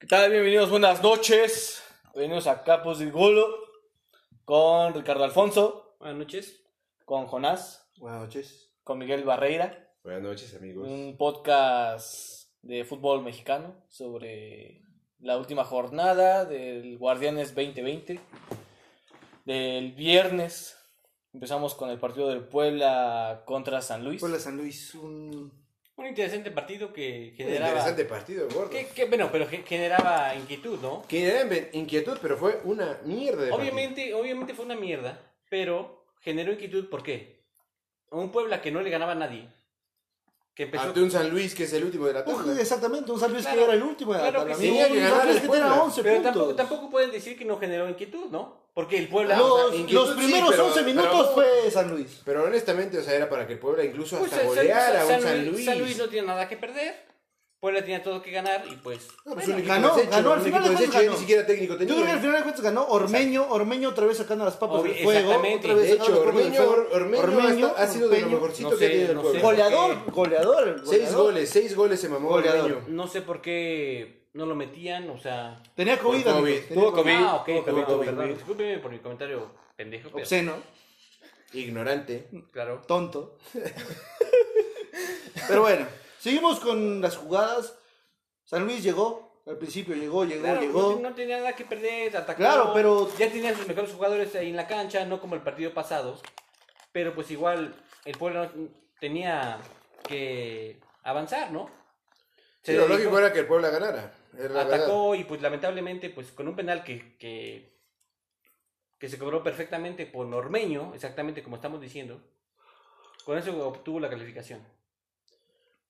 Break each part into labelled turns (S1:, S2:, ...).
S1: ¿Qué tal? Bienvenidos, buenas noches. Bienvenidos a Capos de Golo con Ricardo Alfonso,
S2: Buenas noches.
S1: con Jonás,
S3: Buenas noches.
S1: con Miguel Barreira.
S3: Buenas noches, amigos.
S1: Un podcast de fútbol mexicano sobre la última jornada del Guardianes 2020. Del viernes empezamos con el partido del Puebla contra San Luis.
S3: Puebla San Luis, un
S2: Un interesante partido que
S3: un
S2: generaba.
S3: interesante partido, gordo.
S2: que- que, bueno, pero que generaba inquietud, ¿no?
S3: Que era inve- inquietud, pero fue una mierda de
S2: Obviamente, obviamente fue una mierda, pero generó inquietud ¿por qué? A un Puebla que no le ganaba a nadie. Que
S3: partido.
S2: empezó.
S3: Ante un San Luis que es el último de la
S4: Ojo,
S3: tabla.
S4: exactamente, un San Luis
S2: Claro,
S4: que era el último de la
S2: claro
S4: tabla.
S2: que sí.
S4: Amigo,
S3: Tenía que
S4: un
S3: ganar
S4: San Luis
S3: el
S4: que tenía
S3: Puebla.
S4: 11
S2: Pero
S4: puntos.
S2: tampoco, tampoco pueden decir que no generó inquietud, ¿no? Porque el Puebla.
S3: No,
S4: los,
S3: o sea, inquietud
S4: los
S3: sí,
S4: primeros
S3: pero-
S4: 11
S3: pero-
S4: minutos fue San Luis.
S3: Pero honestamente, o sea, era para que el Puebla incluso
S2: pues,
S3: hasta
S2: San-
S3: goleara a
S2: San-
S3: un San Luis.
S2: San Luis no tiene nada que perder. Puebla tenía todo que ganar y pues.
S3: No, pues
S4: Bueno,
S3: un equipo
S4: ganó,
S3: deshecho,
S4: ganó, al
S3: un
S4: final
S3: equipo
S4: de cuentas
S3: deshecho,
S4: ganó.
S3: ni siquiera técnico
S4: Yo
S3: tenía.
S4: creo que al final de cuentas ganó Ormeño, Ormeño otra vez sacando las papas
S2: Obvi-
S4: del fuego.
S2: exactamente.
S4: Otra vez
S3: De
S4: sacando
S3: hecho,
S4: las papas del
S3: Ormeño,
S4: fuego.
S3: Ormeño,
S4: Ormeño,
S3: ha, ha sido de lo
S4: Ormeño.
S3: mejorcito
S2: no
S3: que
S2: sé,
S3: ha tenido el
S2: no
S3: Puebla.
S2: sé.
S4: Goleador, goleador,
S3: Seis
S4: goleador.
S3: goles, seis goles se mamó
S4: Goleador.
S3: Ormeño.
S2: No sé por qué no lo metían, o sea.
S4: Tenía COVID.
S3: Por
S4: amigo,
S3: COVID.
S4: tenía
S1: Tuvo COVID.
S2: ah, ok,
S1: tuvo
S2: perdón,
S1: COVID,
S2: perdón,
S1: COVID.
S2: Discúlpeme por mi comentario pendejo, pero.
S4: Obsceno,
S3: Ignorante.
S2: Claro.
S4: tonto. Pero bueno, seguimos con las jugadas. San Luis llegó, al principio llegó, llegó,
S2: Claro, pues,
S4: llegó.
S2: No, no tenía nada que perder, atacó.
S4: Claro, pero-
S2: Ya tenía sus mejores jugadores ahí en la cancha, no como el partido pasado. Pero pues igual, el pueblo tenía que avanzar, ¿no?
S3: Sí,
S2: Se
S3: lo
S2: dedicó,
S3: lógico era que el Puebla ganara. es la verdad.
S2: atacó y pues lamentablemente, pues con un penal que, que, que se cobró perfectamente por Normeño, exactamente como estamos diciendo, con eso obtuvo la calificación.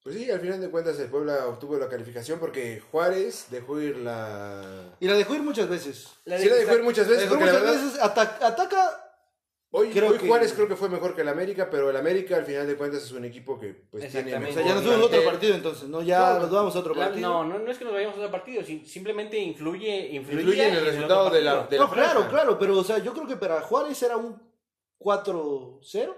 S3: Pues sí, al final de cuentas el Puebla obtuvo la calificación porque Juárez dejó ir la...
S4: Y la dejó ir muchas veces.
S3: sí la dejó ir muchas veces
S4: Dejó
S3: porque la
S4: muchas
S3: verdad,
S4: veces, ata- ataca
S3: hoy,
S4: creo
S3: hoy
S4: que-
S3: Juárez creo que fue mejor que el América, pero el América al final de cuentas es un equipo que pues tiene
S2: Exactamente.
S4: O sea, ya nos
S3: mejor
S4: vamos a otro
S3: plantel.
S4: partido entonces, ¿no? Ya
S3: No,
S4: nos vamos a otro
S2: La-
S4: partido.
S2: no, no, no es que nos vayamos a otro partido, si- simplemente influye, influye,
S3: Influye en el resultado de la... de la
S4: No, claro,
S3: franja.
S4: claro, pero o sea, yo creo que para Juárez era un 4-0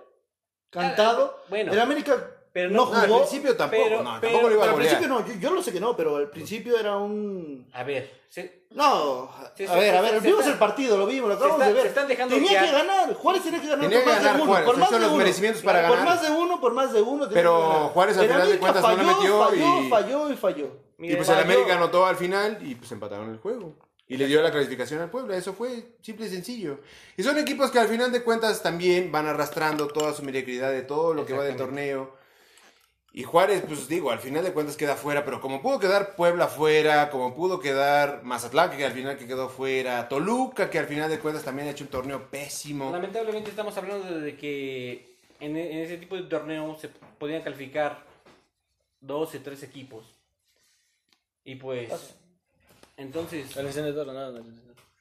S4: cantado.
S2: Bueno,
S4: el América
S2: pero
S4: no,
S3: No, al
S4: jugó.
S3: principio tampoco,
S2: pero-
S3: no,
S2: pero-
S3: tampoco lo iba a
S4: al
S3: golear.
S4: principio no, yo, yo lo sé que no, pero al principio era un.
S2: A ver, se,
S4: No,
S2: Sí,
S4: a
S2: sí,
S4: ver, a
S2: sí,
S4: ver,
S2: sí,
S4: vimos
S2: está-
S4: el partido, lo vimos, lo
S2: se,
S4: acabamos
S2: está-
S4: de
S2: se
S4: ver.
S2: están dejando
S4: Tenía que
S2: ojear.
S4: ganar, Juárez tenía que ganar
S3: Tenía
S4: por
S3: que
S4: más
S3: ganar
S4: de uno,
S3: Juárez,
S4: por
S3: esos
S4: más
S3: son
S4: de
S3: los
S4: uno.
S3: merecimientos para
S4: por
S3: ganar.
S4: más de uno, por más de uno. tenía
S3: Pero
S4: que ganar.
S3: Juárez al
S4: El
S3: final de
S4: América
S3: cuentas no
S4: falló,
S3: metió
S4: falló,
S3: y-
S4: falló y falló.
S3: Y
S2: Mira,
S3: pues el
S2: falló.
S3: América anotó al final y pues empataron el juego. Y le dio la clasificación al Puebla. Eso fue simple y sencillo. Y son equipos que al final de cuentas también van arrastrando toda su mediocridad de todo lo que va del torneo. Y Juárez, pues digo, al final de cuentas queda fuera, pero como pudo quedar Puebla fuera, como pudo quedar Mazatlán, que al final que quedó fuera, Toluca, que al final de cuentas también ha hecho un torneo pésimo.
S2: Lamentablemente estamos hablando de que en, e- en ese tipo de torneo se podían calificar 12, 3 equipos. Y pues, entonces,
S1: El encendedor, no, no, no, no.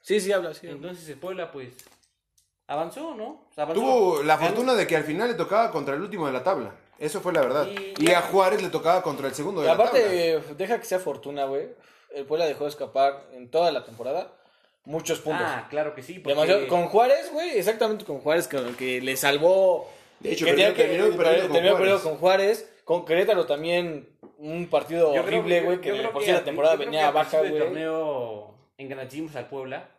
S1: Sí, sí, habla, sí.
S2: entonces el Puebla pues avanzó, ¿no? O sea, avanzó.
S3: Tuvo la
S2: Ganó.
S3: fortuna de que al final le tocaba contra el último de la tabla. Eso fue la verdad.
S2: Y-
S3: Y a Juárez le tocaba contra el segundo de la tabla.
S1: aparte, eh, deja que sea fortuna, güey. El Puebla dejó de escapar en toda la temporada muchos puntos.
S2: Ah, claro que sí.
S1: Demasiado-
S2: Porque...
S1: Con Juárez, güey, exactamente con Juárez, que, que le salvó.
S3: De hecho,
S1: que
S3: perdió-
S1: tenía que-
S3: terminó perdiendo
S1: perdió-
S3: con
S1: terminó
S3: Juárez.
S1: perdiendo con Juárez. Con Querétaro también, un partido
S2: Yo creo-
S1: horrible,
S2: yo-
S1: güey,
S2: yo
S1: que
S2: creo
S1: por si la
S2: a-
S1: temporada
S2: yo creo
S1: venía
S2: que al
S1: baja,
S2: principio del
S1: güey.
S2: torneo engrandecimos al Puebla.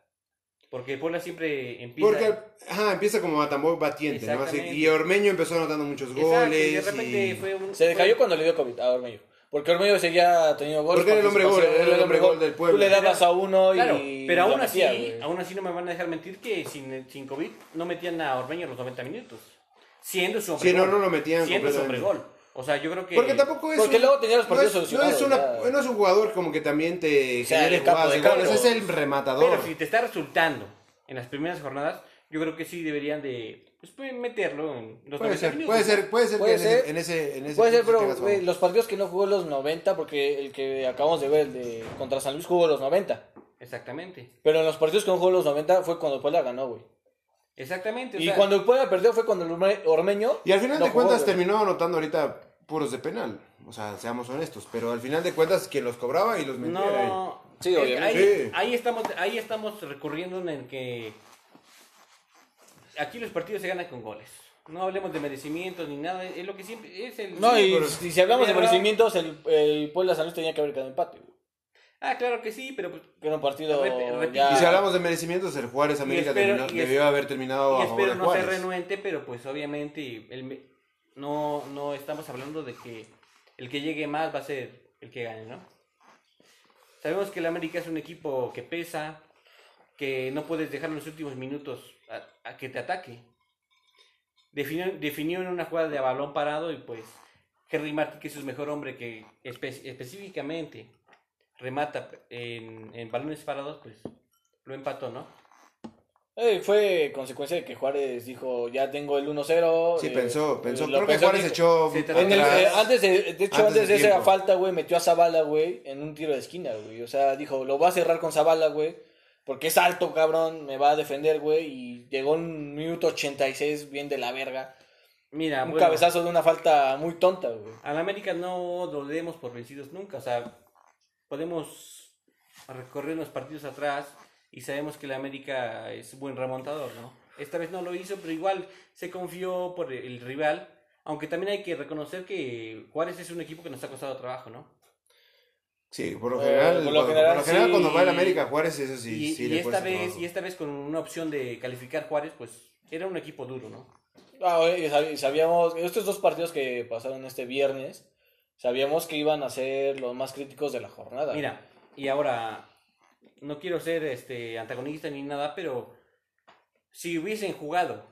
S2: Porque el Puebla siempre empieza.
S3: Porque ajá, empieza como tambor batiente, ¿no? Así-
S2: Exactamente.
S3: y Ormeño empezó anotando muchos
S2: Exacto, y de
S3: goles.
S2: repente
S3: y-
S2: fue un.
S1: Se decayó
S2: fue-
S1: cuando le dio COVID a Ormeño. Porque Ormeño seguía teniendo goles.
S3: Porque era el hombre gol,
S1: participación,
S3: era el hombre gol del
S1: Tú le
S3: Puebla.
S1: dabas a uno y.
S2: Claro, pero
S1: lo
S2: aún así,
S1: metía, güey.
S2: aún así no me van a dejar mentir que sin, sin COVID no metían a Ormeño los 90 minutos. Siendo su hombre
S3: Sí, no,
S2: gol.
S3: no lo metían
S2: Siendo su hombre
S3: completamente.
S2: gol. O sea, yo creo que.
S3: Porque tampoco es.
S1: Porque
S3: un-
S1: luego tenía los partidos
S3: no es, no
S1: solucionados,
S3: es una-
S1: ya.
S3: no es un jugador como que también te
S1: O sea,
S3: genere
S1: el capo
S3: jugadas
S1: de
S3: de goles.
S1: Carlos.
S3: Es el rematador.
S2: Pero si te está resultando en las primeras jornadas, yo creo que sí deberían de. Pues pueden meterlo en los
S3: Puede
S2: 90
S3: ser,
S2: minutos.
S3: puede ser, puede ser
S1: Puede
S3: que
S1: ser.
S3: en ese, en ese, en ese
S1: Puede ser,
S3: punto
S1: pero
S3: tengas
S1: güey,
S3: razón.
S1: los partidos que no jugó los 90, porque el que acabamos de ver el de contra San Luis jugó los 90.
S2: Exactamente.
S1: Pero en los partidos que no jugó los 90 fue cuando el Puebla ganó, güey.
S2: Exactamente. o
S1: Y
S2: sea,
S1: cuando el Puebla perdió fue cuando el Orme- Ormeño.
S3: Y al final
S1: no
S3: de
S1: jugó,
S3: cuentas
S1: güey.
S3: terminó anotando ahorita puros de penal. O sea, seamos honestos. Pero al final de cuentas, quien los cobraba y los metía era él.
S2: No,
S1: Sí,
S2: eh,
S1: obviamente.
S2: Ahí,
S3: Sí.
S2: ahí estamos, ahí estamos recurriendo en el que aquí los partidos se ganan con goles. No hablemos de merecimientos ni nada, es lo que siempre es el
S1: No, y,
S3: pero-
S1: si- si hablamos de merecimientos, el, el Puebla San Luis tenía que haber quedado empate, güey.
S2: Ah, claro que sí, pero pues,
S1: Que era un partido
S2: Rep- repito.
S1: ya-
S3: Y si hablamos de merecimientos, el Juárez América
S2: espero-
S3: terminó-
S2: y es-
S3: debió haber terminado
S2: y
S3: a favor
S2: espero
S3: de
S2: no ser
S3: Juárez.
S2: renuente, pero pues obviamente el me- no, no estamos hablando de que el que llegue más va a ser el que gane, ¿no? Sabemos que el América es un equipo que pesa, que no puedes dejar en los últimos minutos a, a que te ataque. Definió, definió en una jugada de balón parado y pues Henry Martí, que es su mejor hombre, que espe- específicamente remata en, en balones parados, pues lo empató, ¿no?
S1: Eh, fue consecuencia de que Juárez dijo, ya tengo el 1-0.
S3: Sí,
S1: eh,
S3: pensó,
S1: eh,
S3: pensó.
S1: lo
S3: Creo que
S1: pensó,
S3: Juárez
S1: dijo.
S3: echó
S2: Sí,
S1: En el-
S3: atrás.
S1: eh, antes de, de hecho,
S3: antes
S1: antes,
S3: de
S1: de esa
S3: tiempo.
S1: falta, güey, metió a Zavala, güey, en un tiro de esquina, güey. O sea, dijo, lo voy a cerrar con Zavala, güey, porque es alto, cabrón, me va a defender, güey. Y llegó un minuto 86 bien de la verga.
S2: Mira,
S1: un
S2: Ah, bueno.
S1: cabezazo de una falta muy tonta, güey.
S2: Al América no lo demos por vencidos nunca. O sea, podemos recorrer unos partidos atrás y sabemos que el América es buen remontador, ¿no? Esta vez no lo hizo, pero igual se confió por el rival. Aunque también hay que reconocer que Juárez es un equipo que nos ha costado trabajo, ¿no?
S3: Sí, por lo
S1: Eh,
S3: general,
S1: por lo
S3: cuando, por
S1: general,
S3: lo general
S1: sí.
S3: cuando va el América Juárez, eso sí,
S2: y,
S3: sí
S2: y
S3: le
S2: esta
S3: cuesta
S2: vez,
S3: trabajo.
S2: y esta vez con una opción de calificar Juárez, pues era un equipo duro, ¿no?
S1: Ah, oye, y sabi- sabíamos, estos dos partidos que pasaron este viernes, sabíamos que iban a ser los más críticos de la jornada.
S2: Mira, y ahora no quiero ser este antagonista ni nada, pero si hubiesen jugado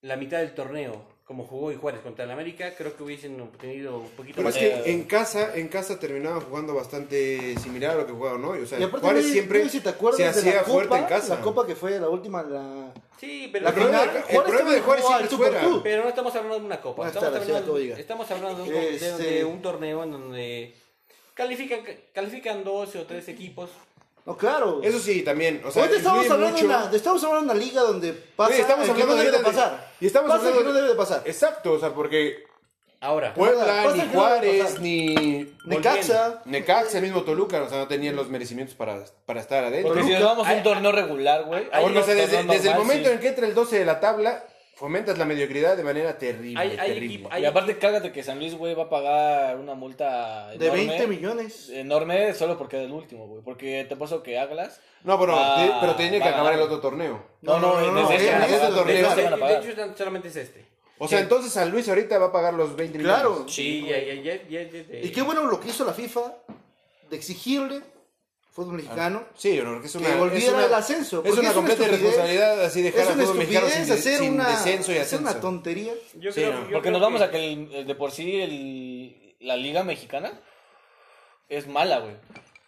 S2: la mitad del torneo como jugó y Juárez contra el América, creo que hubiesen obtenido un poquito
S3: Pero
S2: más.
S3: es
S1: Eh,
S3: que en casa, en casa terminaba jugando bastante similar a lo que jugaba, ¿no? O sea,
S4: Y aparte,
S3: Juárez
S4: no-
S3: siempre
S4: no sé si te acuerdas
S3: se
S4: de
S3: hacía
S4: la
S3: fuerte
S4: copa,
S3: en casa.
S4: La copa que fue la última, la.
S2: Sí, pero,
S3: La problema-
S4: final,
S3: el problema de
S4: también
S3: Juárez
S4: jugó
S3: siempre
S4: al
S3: es
S4: Super
S3: fuera.
S4: Club.
S2: pero no estamos hablando de una copa.
S4: Buenas
S2: Estamos
S4: tardes,
S2: hablando,
S4: señora Códiga.
S2: estamos hablando de, un, de-
S4: Este-
S2: de un torneo en donde califican, califican 12 o 13 equipos.
S4: No, claro.
S3: Eso sí, también. O sea,
S4: ahorita estamos
S3: influye
S4: hablando, de
S3: mucho.
S4: una, de- estamos hablando de una liga donde pasa
S3: Oye, estamos
S4: el que no
S3: hablando
S4: debe de
S3: ahorita de-
S4: pasar.
S3: y estamos
S4: pasa el que
S3: hablando
S4: no
S3: de-
S4: debe de pasar.
S3: Exacto, o sea, porque
S2: Ahora,
S3: Puebla,
S4: Pasa
S3: ni
S4: que no va a
S3: Juárez,
S4: pasar.
S3: ni
S4: Necaxa.
S3: Necaxa, mismo Toluca, o sea, no tenían los merecimientos para, para estar adentro.
S1: Porque si nos
S4: Toluca,
S1: vamos a un torneo regular, güey.
S2: hay-
S1: ahora
S3: Porque, o sea,
S1: un
S3: desde,
S1: torneo
S3: desde el
S1: normal,
S3: momento
S1: sí.
S3: en que entra el 12 de la tabla, fomentas la mediocridad de manera terrible.
S2: Hay- hay
S3: terrible.
S2: equipo-
S1: Y aparte, cágate que San Luis, güey, va a pagar una multa
S4: De
S1: enorme,
S4: 20 millones.
S1: Enorme solo porque es el último, güey. Porque te paso que Águilas.
S3: No, pero,
S1: Ah,
S3: te- pero tenía que
S1: va
S3: acabar el
S1: ganando.
S3: otro torneo.
S1: No, no, desde
S3: este
S4: eh,
S3: van
S4: desde el
S3: a pagar. Desde
S4: torneo.
S1: este van a
S2: de
S1: pagar.
S2: hecho tan- solamente es este.
S3: O sea, entonces San Luis ahorita va a pagar los 20 millones.
S4: Claro.
S2: Sí, ya, ya, ya, ya, ya- ya-
S4: Y qué bueno lo que hizo la FIFA de exigirle al fútbol mexicano
S3: Sí, yo creo que Ah. es una.
S4: que
S3: es
S4: volviera
S3: una-
S4: al ascenso.
S3: Es
S4: porque
S3: una completa
S4: estupidez.
S3: irresponsabilidad así dejar
S4: Es
S3: al
S4: una
S3: fútbol mexicano sin,
S4: estupidez
S3: de-
S4: hacer
S3: sin
S4: una,
S3: descenso y
S4: hacer
S3: ascenso. Ah,
S4: una tontería.
S2: Yo
S3: Sí,
S2: creo-
S3: no.
S2: yo
S1: Porque
S2: creo
S1: nos vamos
S2: que-
S1: a que el- el de por sí el- la liga mexicana es mala, güey.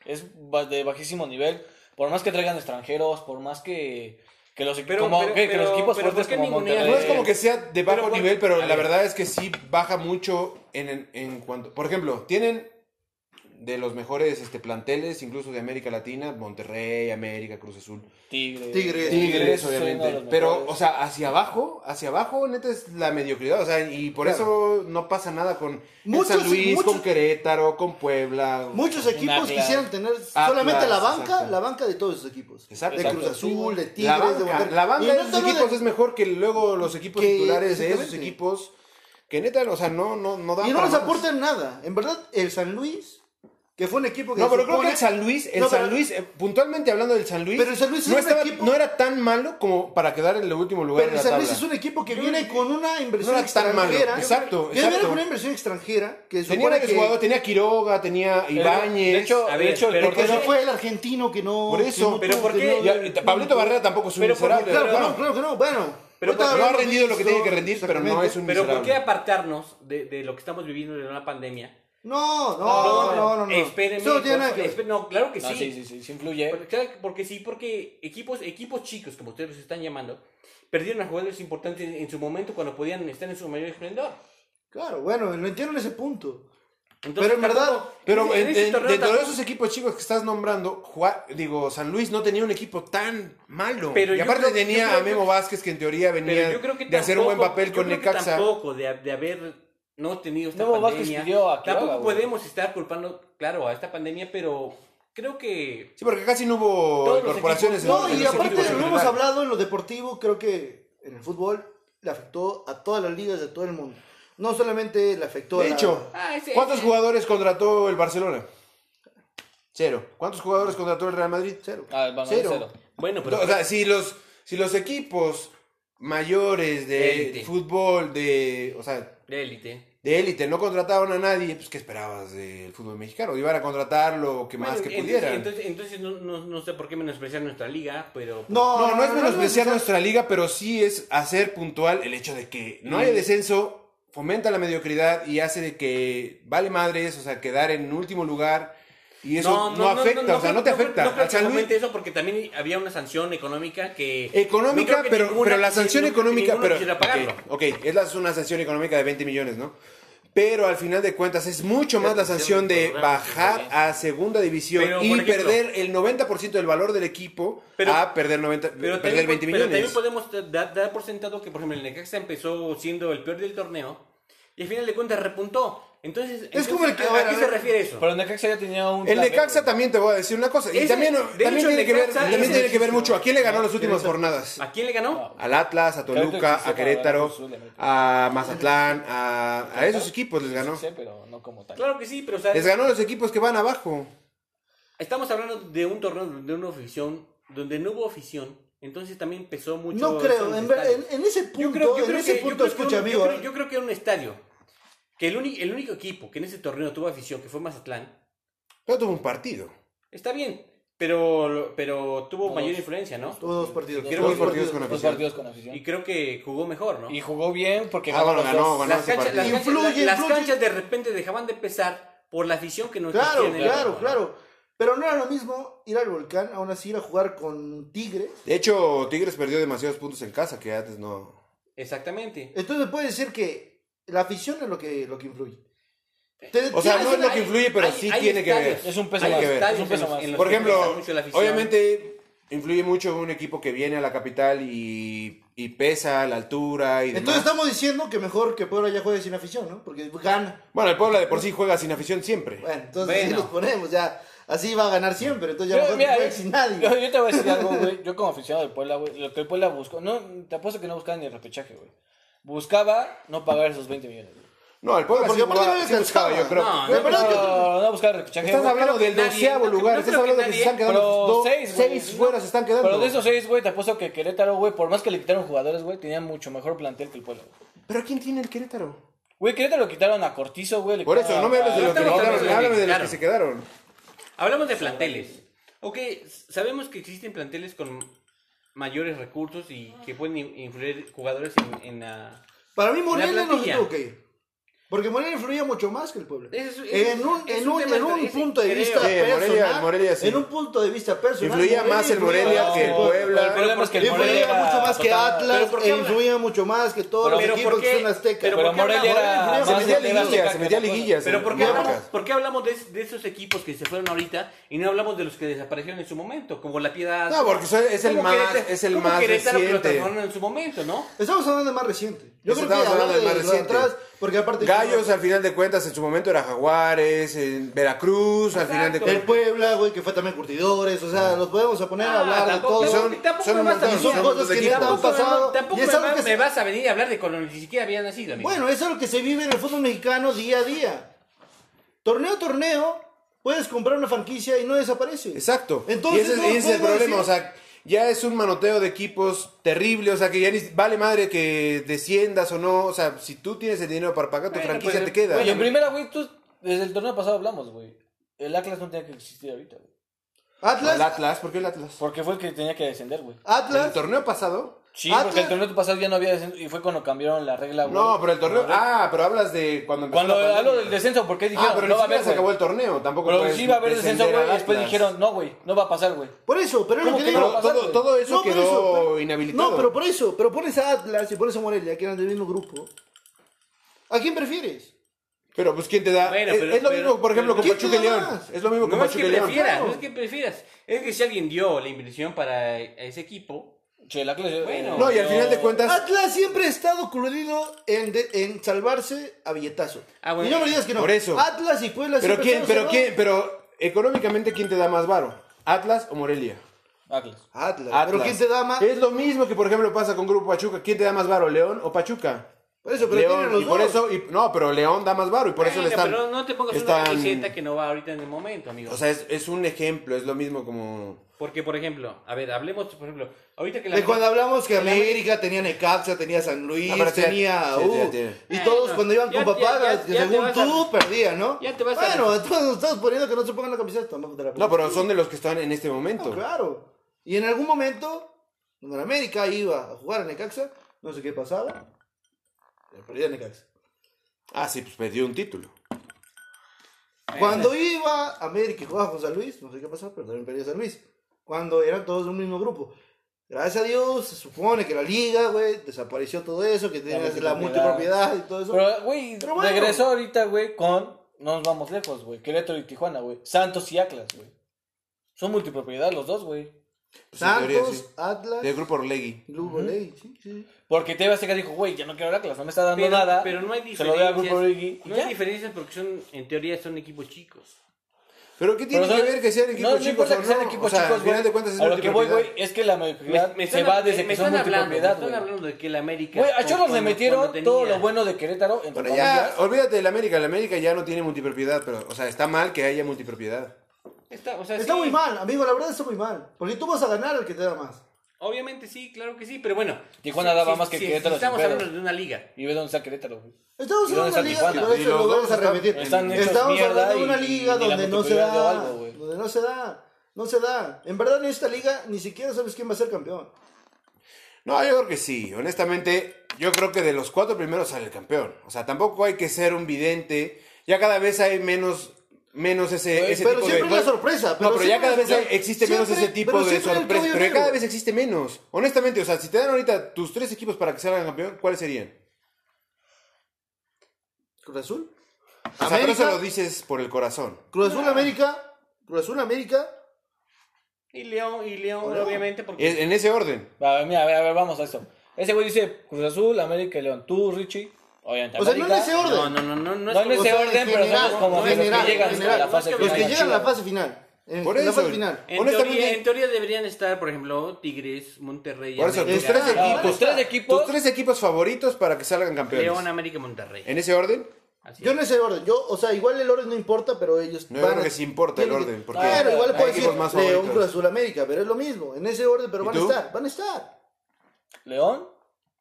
S1: Es ba- de bajísimo nivel. Por más que traigan extranjeros, por más que, que, los, equi-
S2: Pero-
S1: como-
S2: pero-
S1: que- que los
S2: pero-
S1: equipos
S2: pero ¿por
S1: fuertes
S2: qué
S1: como
S2: ningunean?
S1: Monterrey...
S3: No es como que sea de
S2: Pero
S3: bajo
S2: por-
S3: nivel, pero la
S2: a ver.
S3: verdad es que sí baja mucho en, en, en cuanto... Por ejemplo, tienen de los mejores este, planteles, incluso de América Latina, Monterrey, América, Cruz Azul.
S1: Tigres.
S4: Tigres.
S1: Tigres,
S3: Tigres,
S1: son uno de los
S3: obviamente. Pero,
S1: mejores.
S3: o sea, hacia abajo, hacia abajo, neta, es la mediocridad. O sea, y por
S4: Claro.
S3: eso no pasa nada con el
S4: Muchos-
S3: San Luis,
S4: muchos-
S3: con Querétaro, con Puebla.
S4: Muchos equipos
S1: Atlas.
S4: quisieran tener solamente la banca,
S3: Ah, exacto.
S4: la banca de todos esos equipos.
S3: Exacto.
S4: De Cruz
S1: Exacto.
S4: Azul, de Tigres,
S3: la
S4: de
S3: banca,
S4: Monterrey.
S3: la
S4: Y
S3: banca
S4: no
S3: de esos
S4: te hablo
S3: equipos es mejor que luego los equipos
S4: Que-
S3: titulares de esos
S4: exactamente.
S3: equipos que neta, o sea, no, no, no dan
S4: Y no
S3: para
S4: nos
S3: más.
S4: aportan nada. En verdad, el San Luis, que fue un equipo que.
S3: No,
S4: se
S3: pero creo que
S4: supone-
S3: el San Luis, el
S4: No, pero-
S3: San Luis, eh, puntualmente hablando del San Luis,
S4: Pero el San Luis es
S3: no,
S4: un
S3: estaba-
S4: equipo-
S3: no era tan malo como para quedar en el último lugar
S4: Pero el
S3: de la
S4: San Luis
S3: tabla.
S4: es un equipo que viene con una
S3: No
S4: inversión
S3: era tan malo.
S4: extranjera.
S3: Exacto,
S4: Que viene con una
S3: exacto.
S4: inversión extranjera que se
S3: Tenía
S4: supone
S3: varios
S4: que.
S3: jugadores, tenía Quiroga, tenía
S1: Pero,
S3: Ibáñez.
S1: De hecho,
S2: A
S1: de
S2: ver,
S1: hecho,
S2: pero
S1: ¿por qué
S4: Porque
S1: no?
S4: no fue el argentino que no.
S3: Por eso.
S4: que no
S2: Pero
S4: tuvo,
S2: ¿por
S4: que
S2: qué?
S4: no-
S3: Ya, y ta- Pablito Barrera tampoco es un
S2: Pero por-
S3: miserable.
S4: Claro,
S2: Pero-
S4: claro, claro que no. Bueno.
S2: Pero
S4: ahorita
S3: no
S2: porque-
S3: ha
S4: hablamos de
S3: rendido lo que
S4: eso,
S3: tiene que rendir, pero no es un
S2: Pero ¿por qué
S3: miserable.
S2: apartarnos de, de lo que estamos viviendo de una pandemia?
S4: No, no, no, no. no.
S2: Espérenme,
S4: Eso no tiene
S2: por
S4: nada
S2: favor,
S4: que ver.
S2: espé- no, claro que
S1: No,
S2: sí.
S1: sí, sí, sí, sí influye.
S2: Porque, claro, porque sí, porque equipos, equipos chicos, como ustedes los están llamando, perdieron a jugadores importantes en su momento cuando podían estar en su mayor esplendor.
S4: Claro, bueno, no entiendo en ese punto. Pero
S2: Entonces,
S4: en verdad.
S2: tampoco-
S3: Pero
S2: en
S3: en-
S2: ese
S3: en-
S2: torneo
S3: dentro de
S2: tampoco-
S3: esos equipos chicos que estás nombrando, Ju- digo, San Luis no tenía un equipo tan malo.
S2: Pero
S3: y
S2: yo
S3: aparte
S2: creo- yo
S3: tenía
S2: creo
S3: a Memo
S2: que-
S3: Vázquez, que en teoría venía
S2: Pero yo creo que
S3: de hacer un buen
S2: tampoco-
S3: papel
S2: yo
S3: con
S2: creo que
S3: Necaxa.
S2: Tampoco de, de haber no tenido esta
S1: No, Vázquez
S2: pandemia.
S1: pidió a Quiroga,
S2: tampoco
S1: güey.
S2: podemos estar culpando, claro, a esta pandemia, pero creo que
S3: Sí, porque casi no hubo
S2: Todos los
S3: incorporaciones.
S2: equipos-
S4: No,
S3: en- en
S4: y
S3: los
S4: aparte
S3: equipos en
S4: lo hemos
S3: general.
S4: hablado en lo deportivo, creo que en el fútbol le afectó a todas las ligas de todo el mundo. No solamente le afectó a
S3: De
S4: la-
S3: hecho,
S2: Ah, ese-
S3: ¿cuántos
S2: ese-
S3: jugadores contrató el Barcelona? Cero. ¿Cuántos jugadores contrató el Real Madrid? Cero.
S1: Ah, el Real Madrid, cero.
S2: Bueno, pero.
S3: o sea, si los, si los equipos mayores de
S2: Élite.
S3: fútbol, de, o sea,
S2: de élite.
S3: de élite, no contrataban a nadie, pues ¿qué esperabas del fútbol mexicano? Iban a contratar lo que más
S2: Bueno,
S3: que
S2: entonces-
S3: pudieran.
S2: Entonces, entonces no, no- no sé por qué menospreciar nuestra liga, pero. pues,
S4: No,
S3: no, no, es menospreciar
S4: menospreciar-
S3: nuestra liga, pero sí es hacer puntual el hecho de que no hay descenso, fomenta la mediocridad y hace de que vale madres, o sea, quedar en último lugar. Y eso no, afecta, o sea,
S2: creo-
S3: no te
S2: creo-
S3: afecta.
S2: No creo
S3: Al
S2: que
S3: San Luis-
S2: comente eso porque también había una sanción económica que.
S3: Económica,
S2: no creo que
S3: pero,
S2: ninguna-
S3: pero la sanción
S2: ni- ninguno
S3: económica, pero
S2: quisiera pagarlo.
S3: ok, ok, es la- es una sanción económica de 20 millones, ¿no? Pero al final de cuentas es mucho más la sanción de bajar a segunda división
S2: Pero,
S3: y
S2: por ejemplo-
S3: perder el 90% del valor del equipo
S2: Pero-
S3: a perder 90 perder
S2: Pero también,
S3: 20
S2: pero
S3: millones.
S2: también podemos da- dar, por sentado que, por ejemplo, el Necaxa empezó siendo el peor del torneo y al final de cuentas repuntó. Entonces, entonces,
S3: como el que-
S2: ¿a,
S3: a ver,
S2: a qué
S3: a
S2: se
S3: ver.
S2: refiere eso?
S1: Pero el Necaxa ya tenía un.
S3: El
S1: plan B,
S3: Necaxa
S1: güey.
S3: también te voy a decir una cosa. Y
S2: Ese-
S3: también,
S2: de
S3: también
S2: hecho, el
S3: tiene, que ver,
S2: Necaxa
S3: también
S2: es
S3: tiene que ver mucho
S2: muchísimo.
S3: a quién le ganó las últimas jornadas.
S2: ¿A quién le ganó?
S3: Al Atlas, a
S1: Ah, Creo
S3: Ah, Toluca,
S1: que
S3: a
S1: sí,
S3: Querétaro,
S1: sí, sí, sí.
S3: a Mazatlán, a, a esos equipos les ganó.
S1: Sí, pero no como tal.
S2: Claro que sí, pero o sea,
S3: Les ganó a los equipos que van abajo.
S2: estamos hablando de un torneo, de una afición, donde no hubo afición, entonces también pesó mucho.
S4: No
S2: eso
S4: creo,
S2: los
S4: en, ver-
S2: estadios.
S4: en- en ese punto,
S2: yo creo, yo
S4: en
S2: creo
S4: ese
S2: que, yo
S4: punto,
S2: creo que
S4: escucha,
S2: un- yo
S4: amigo. ¿eh?
S2: creo- yo creo que era un estadio. Que el, uni- el único equipo que en ese torneo tuvo afición, que fue Mazatlán,
S3: Pero tuvo un partido.
S2: está bien, pero, pero tuvo
S1: No,
S2: mayor
S1: dos.
S2: influencia, ¿no?
S4: Tuvo dos partidos.
S1: Creo
S4: Tuvo
S3: que
S4: dos
S3: partidos con
S1: Dos
S3: afición.
S1: partidos con afición.
S2: Y
S1: Y,
S2: creo que jugó mejor, ¿no?
S1: jugó bien porque
S3: Ah, bueno,
S1: los
S3: ganó,
S1: dos.
S3: ganó.
S2: las,
S3: ese
S2: canchas, las,
S3: partido.
S2: canchas,
S4: Influye,
S2: las
S4: influye.
S2: canchas de repente dejaban de pesar por la afición que no
S4: Claro,
S2: existía en el
S4: claro,
S2: equipo, ¿no?
S4: claro. Pero no era lo mismo ir al volcán, aún así ir a jugar con Tigres.
S3: De hecho, Tigres perdió demasiados puntos en casa que antes no.
S2: Exactamente.
S4: Entonces puede decir que la afición es lo que, lo que influye. Te-
S3: O sea,
S4: te-
S3: no es lo que influye, pero sí tiene que ver.
S1: Es un peso
S2: hay
S3: más, es un
S2: estadios en
S1: peso
S2: los-
S1: más.
S2: en los
S3: Por
S2: que
S3: ejemplo,
S2: pesa mucho la afición.
S3: obviamente influye mucho un equipo que viene a la capital y, y pesa la altura y demás.
S4: Entonces estamos diciendo que mejor que Puebla ya juegue sin afición, ¿no? Porque gana.
S3: Bueno, el Puebla de por sí juega sin afición siempre.
S4: Bueno, entonces así
S2: Bueno.
S4: los ponemos, ya. Así va a ganar siempre, entonces ya
S1: Yo,
S4: mejor
S1: mira,
S4: que juegue
S1: yo-
S4: sin nadie.
S1: Yo, yo te voy a decir algo, güey. Yo como aficionado del Puebla, güey, lo que el Puebla buscó, no, te apuesto que no buscaba ni el repechaje, güey. Buscaba no pagar esos 20 millones. güey.
S3: No, el Puebla
S4: No, porque
S3: sí
S4: aparte
S3: jugaba-
S4: no les
S3: sí buscaba,
S4: alcanzaba.
S3: yo creo.
S2: No,
S3: Pero
S4: no,
S3: perdón,
S4: no,
S3: que-
S1: No, no buscaba el repechaje,
S3: Estás
S1: güey.
S3: hablando del
S2: nadie,
S3: doceavo
S2: no creo-
S3: lugar,
S2: no
S3: estás
S2: creo
S3: hablando
S2: que
S3: de que se
S2: nadie,
S3: están quedando
S1: pero
S3: dos,
S1: seis, güey,
S3: seis
S1: ¿no?
S3: fuera se están quedando.
S1: Pero de esos seis, güey, te apuesto que Querétaro, güey, por más que le quitaron jugadores, güey, tenía mucho mejor plantel que el Puebla, güey.
S3: ¿Pero quién tiene el Querétaro?
S1: Güey, Querétaro lo quitaron a Cortizo, güey. le
S3: Por eso,
S1: quitaron
S3: no me
S1: a-
S3: hables de
S2: no
S3: los que
S2: estamos hablando
S3: quitaron,
S2: de
S3: háblame de los que
S2: quitaron.
S3: se quedaron.
S2: Hablamos de planteles. Ok, sabemos que existen planteles con mayores recursos y que pueden in- influir jugadores en, en la...
S4: Para mí Morelia
S2: La
S4: no se
S2: plantilla.
S4: tuvo que ir. Porque Morelia influía mucho más que el pueblo.
S2: Es- es-
S4: En un,
S2: es
S4: en
S2: un
S4: un,
S2: tema
S4: en un
S2: ese,
S4: punto de
S2: creo.
S4: vista
S3: Sí, Morelia-
S4: personal.
S3: Morelia sí.
S4: En un punto de vista personal.
S3: Influía más el
S4: influía
S3: Morelia
S4: más
S3: que el Puebla.
S1: El problema es que el
S4: Influía
S1: Morelia era
S4: mucho más que
S1: total-
S4: Atlas.
S2: Pero ¿por qué
S4: e
S2: habla?
S4: influía mucho más que todos
S1: Pero
S4: los
S2: ¿por
S4: equipos que
S2: qué?
S4: son aztecas.
S2: Pero
S1: Pero
S2: ¿por qué
S1: Morelia
S2: habla?
S1: era
S3: Se
S1: más
S3: metía a
S1: de la
S3: liguillas,
S1: que
S3: se metía
S1: otra
S3: a
S1: cosa.
S3: liguillas.
S2: Pero ¿por qué
S3: No,
S2: hablamos,
S3: Lucas.
S2: por qué hablamos de, de esos equipos que se fueron ahorita y no hablamos de los que desaparecieron en su momento? Como la piedad...
S3: No, porque eso es el
S2: como
S3: más,
S2: Querétaro-
S3: es el
S2: como
S3: más
S2: Querétaro que lo
S3: reciente.
S2: transformaron en su momento, ¿no?
S4: Estamos hablando de más reciente. Yo creo que
S3: Pues Estamos hablando
S4: hablar de,
S3: del más
S4: lo de
S3: reciente.
S4: atrás, porque aparte...
S3: Gallos, al final de cuentas, en su momento era Jaguares, en Veracruz, al final de
S4: El
S3: cuentas.
S4: Puebla, güey, que fue también curtidores. O sea, los podemos a poner a
S2: Ah,
S4: hablar de
S2: tampoco-
S4: todo.
S3: son-
S2: tampoco
S3: son
S2: me
S3: un
S2: vas a
S3: montón,
S2: venir-
S3: son un montón de
S4: cosas que
S3: equipos.
S4: neta han
S2: Tampoco, me
S4: pasado.
S2: va- tampoco
S4: Y
S2: me,
S4: es algo
S2: va-
S4: que se-
S2: me vas a venir a hablar de cuando ni siquiera habían nacido, amigo.
S4: Bueno, eso es lo que se vive en el fútbol mexicano día a día. Torneo a torneo, puedes comprar una franquicia y no desaparece.
S3: Exacto.
S4: Entonces,
S3: y ese,
S4: no
S3: ese es el
S4: podemos
S3: problema,
S4: decir-
S3: o sea, ya es un manoteo de equipos terrible, o sea, que ya ni vale madre que desciendas o no, o sea, si tú tienes el dinero para pagar tu
S2: Bueno,
S3: franquicia,
S2: pues,
S3: te queda.
S1: Oye, en primera, güey, tú, desde el torneo pasado hablamos, güey. El Atlas no tenía que existir ahorita, güey.
S3: Al
S4: Atlas,
S3: Atlas, ¿por qué el Atlas?
S1: Porque fue el que tenía que descender, güey.
S3: ¿El
S4: Atlas,
S3: torneo pasado?
S1: Sí,
S4: Atlas-
S1: porque el torneo pasado ya no había descenso y fue cuando cambiaron la regla, güey.
S3: No, pero el torneo. Ah, pero hablas de cuando empezó
S1: Cuando
S3: la pandemia.
S1: hablo del descenso, porque dijeron,
S3: Ah, pero
S1: no
S3: no
S1: va a haber,
S3: se acabó
S1: güey.
S3: el torneo, tampoco
S1: Pero
S2: pues,
S3: puedes
S1: sí va a haber descenso,
S3: descender
S1: güey.
S3: al
S1: y Después
S3: Atlas.
S1: dijeron, no, güey, no va a pasar, güey.
S4: por eso, pero es lo
S1: ¿Cómo
S4: que
S1: que
S4: digo.
S1: no?
S3: Pero
S1: pasar,
S3: todo,
S1: güey.
S3: todo eso
S4: No, por
S3: quedó
S4: pero-
S3: inhabilitado.
S4: No, pero por eso, pero pones a Atlas y pones a Morelia, que eran del mismo grupo. ¿A quién prefieres?
S3: Pero, pues, ¿quién te da?
S2: Bueno,
S3: es,
S2: pero-
S3: es lo
S2: pero-
S3: mismo, por ejemplo, con
S4: ¿quién te
S3: Pachuca y
S4: da
S3: León.
S4: más?
S3: Es lo mismo con
S2: No es
S3: Pachuca
S2: que
S3: y León.
S2: prefieras,
S4: claro.
S2: no es que prefieras. Es que si alguien dio la inversión para ese equipo,
S1: Che, el Atlas... eh,
S2: Bueno.
S3: No, Ah, y al final de cuentas,
S4: Atlas siempre ha estado coludido en, de- en salvarse a billetazo.
S2: Ah, bueno.
S4: y no me digas que no.
S3: Por eso.
S4: Atlas y Puebla
S3: pero
S4: siempre
S3: quién,
S4: estaban
S3: pero
S4: salvados.
S3: quién, pero económicamente, ¿quién te da más varo? ¿Atlas o Morelia?
S1: Atlas.
S4: Atlas.
S3: Atlas.
S4: Pero quién te da más.
S3: Es lo mismo que, por ejemplo, pasa con Grupo Pachuca. ¿Quién te da más varo, León o Pachuca?
S4: Por eso, pero tienen
S3: León,
S4: los
S3: y por
S4: dos.
S3: eso, y- no, pero León da más varo y por eso le
S2: Venga,
S3: están.
S2: Pero no te pongas
S3: están-
S2: una camiseta que no va ahorita en el momento, amigo.
S3: O sea, es, es un ejemplo, es lo mismo como.
S2: Porque, por ejemplo, a ver, hablemos, por ejemplo, ahorita que la...
S4: De cuando hablamos que
S2: el América-
S4: América tenía Necaxa, tenía San Luis,
S3: Ah, pero sí,
S4: tenía...
S3: sí,
S4: uh,
S3: tiene, tiene.
S4: Y
S2: Bueno,
S4: todos cuando iban
S2: Eh, ya-
S4: con papá,
S2: ya- ya-
S4: que
S2: ya te
S4: según
S2: vas a-
S4: tú perdían, ¿no?
S2: Ya te vas a-
S4: bueno, entonces estamos poniendo que no se pongan la camiseta. Tampoco te la
S3: No,
S4: pongas.
S3: pero son de los que están en este
S4: No,
S3: momento.
S4: claro. Y en algún momento, cuando la América iba a jugar a Necaxa, no sé qué pasaba, le perdía a Necaxa.
S3: Ah, sí, pues perdió un título.
S4: Cuando iba a América y jugaba con San Luis, no sé qué pasaba, pero también perdía San Luis. Cuando eran todos de un mismo grupo. Gracias a Dios, se supone que la liga, güey, desapareció todo eso, que tenías la
S1: multipropiedad.
S4: multipropiedad y todo eso.
S1: Pero, güey,
S4: Pero bueno.
S1: regresó ahorita, güey, con. No nos vamos lejos, güey. Querétaro y Tijuana, güey. Santos y Atlas, güey. Son multipropiedad los dos, güey.
S3: Pues, en
S4: Santos,
S3: teoría, sí.
S4: Atlas,
S3: Del grupo Orlegui.
S4: Lugo Ley, sí, sí.
S1: Porque TV Azteca dijo, güey, ya no quiero el Atlas, no me está dando
S2: pero,
S1: nada.
S2: pero no hay
S1: Se lo doy al
S2: diferencias.
S1: grupo Origi y
S2: no
S1: ya.
S2: hay diferencias porque son, en teoría, son equipos chicos.
S3: Pero ¿qué tiene
S1: Pero
S3: que
S1: son-
S3: ver que sean
S1: no,
S3: equipos
S1: no
S3: chicos?
S1: importa
S3: o
S1: que sean
S3: no?
S1: equipos
S3: O sea,
S1: chicos,
S3: al
S1: güey.
S3: final de cuentas es
S1: A lo que voy, güey,
S3: multipropiedad.
S1: es que la multipropiedad se
S2: están- eh,
S1: va desde
S2: me
S1: que son
S2: están hablando, me
S1: multipropiedad,
S2: están
S1: güey.
S2: hablando de que el América...
S1: Güey, a
S2: con-
S1: Cholos le
S2: cuando-
S1: metieron
S2: cuando
S1: todo
S2: tenía-
S1: lo bueno de Querétaro, entre
S3: Bueno, ya,
S1: comillas.
S3: olvídate del América. El América ya no tiene multipropiedad, pero, o sea, está mal que haya multipropiedad.
S2: Está, o sea,
S4: Está
S2: sí,
S4: muy mal, amigo, la verdad está muy mal. Porque tú vas a ganar al que te da más.
S2: Obviamente sí, claro que sí, pero bueno.
S1: Tijuana
S2: si-
S1: daba
S2: si-
S1: más que
S2: si-
S1: Querétaro
S2: si Estamos
S1: sin pedos.
S2: hablando de una liga.
S1: Y ve dónde está Querétaro, güey.
S4: Estamos
S1: ¿Y
S4: en
S1: dónde
S4: una
S1: está
S4: liga,
S1: Tijuana?
S4: por
S3: Y
S4: eso
S3: los
S4: lo vamos
S3: dos
S4: a
S3: están-
S4: repetir.
S1: están hechos
S4: Estamos
S1: mierda
S4: hablando de una
S1: y-
S4: liga
S1: y la
S4: donde no se
S1: multiplicidad de
S4: da,
S1: algo, güey.
S4: donde no se da, no se da. En verdad en esta liga ni siquiera sabes quién va a ser campeón.
S3: No, yo creo que sí. Honestamente, yo creo que de los cuatro primeros sale el campeón. O sea, tampoco hay que ser un vidente. Ya cada vez hay menos, menos ese,
S4: Pero
S3: ese
S4: siempre
S3: tipo de...
S4: es la sorpresa.
S3: No, pero ya
S4: siempre
S3: cada vez
S4: es-
S3: hay- existe
S4: siempre-
S3: menos ese tipo
S4: pero
S3: de
S4: siempre el
S3: sorpresas.
S4: caballo
S3: Pero
S4: negro.
S3: cada vez existe menos. Honestamente, o sea, si te dan ahorita tus tres equipos para que salgan campeón, ¿cuáles serían?
S4: Cruz Azul.
S3: O sea, pero eso lo
S4: América,
S3: dices por el corazón.
S4: Cruz Azul América, Cruz Azul América.
S2: Y León, y León,
S4: Bueno,
S2: obviamente, porque...
S3: Es- En ese orden.
S1: A ver, mira, a ver, a ver, vamos a eso. Ese güey dice Cruz Azul, América y León. Tú, Richie. Obviamente,
S4: O sea, no en
S1: América.
S4: ese orden.
S2: No, no, no, no, no
S1: No
S2: es
S1: en ese
S4: sea, en
S1: orden, pero
S4: general,
S1: somos como
S4: no,
S1: que
S4: en
S1: los
S4: general,
S1: que llegan
S4: en
S1: a la
S4: general.
S1: fase
S2: Los
S4: Los
S1: final.
S4: que
S2: Venga,
S4: llegan a la
S1: chida.
S4: fase final. En
S3: Por
S4: la
S3: eso.
S4: fase final.
S2: En
S3: Honestamente-
S2: teoría, en teoría deberían estar, por ejemplo, Tigres, Monterrey,
S3: Por eso,
S2: América,
S3: tus tres
S1: Ah,
S3: equipos.
S1: tus tres equipos.
S3: Tus tres equipos favoritos para que salgan campeones.
S2: León, América y Monterrey.
S3: En ese orden.
S2: Así
S4: Yo
S2: es.
S4: no sé el orden. Yo, o sea, igual el orden no importa, pero ellos.
S3: No, yo
S4: van
S3: creo
S4: a-
S3: que sí importa el
S4: tienen que-
S3: orden, porque
S4: Claro, igual le
S1: hay
S4: puedo
S3: equipos
S4: decir
S3: más
S4: León,
S3: favoritos.
S4: Cruz Azul, América, pero es lo mismo. En ese orden, pero
S3: ¿Y
S4: van a
S3: tú?
S4: estar. Van a estar.
S1: León.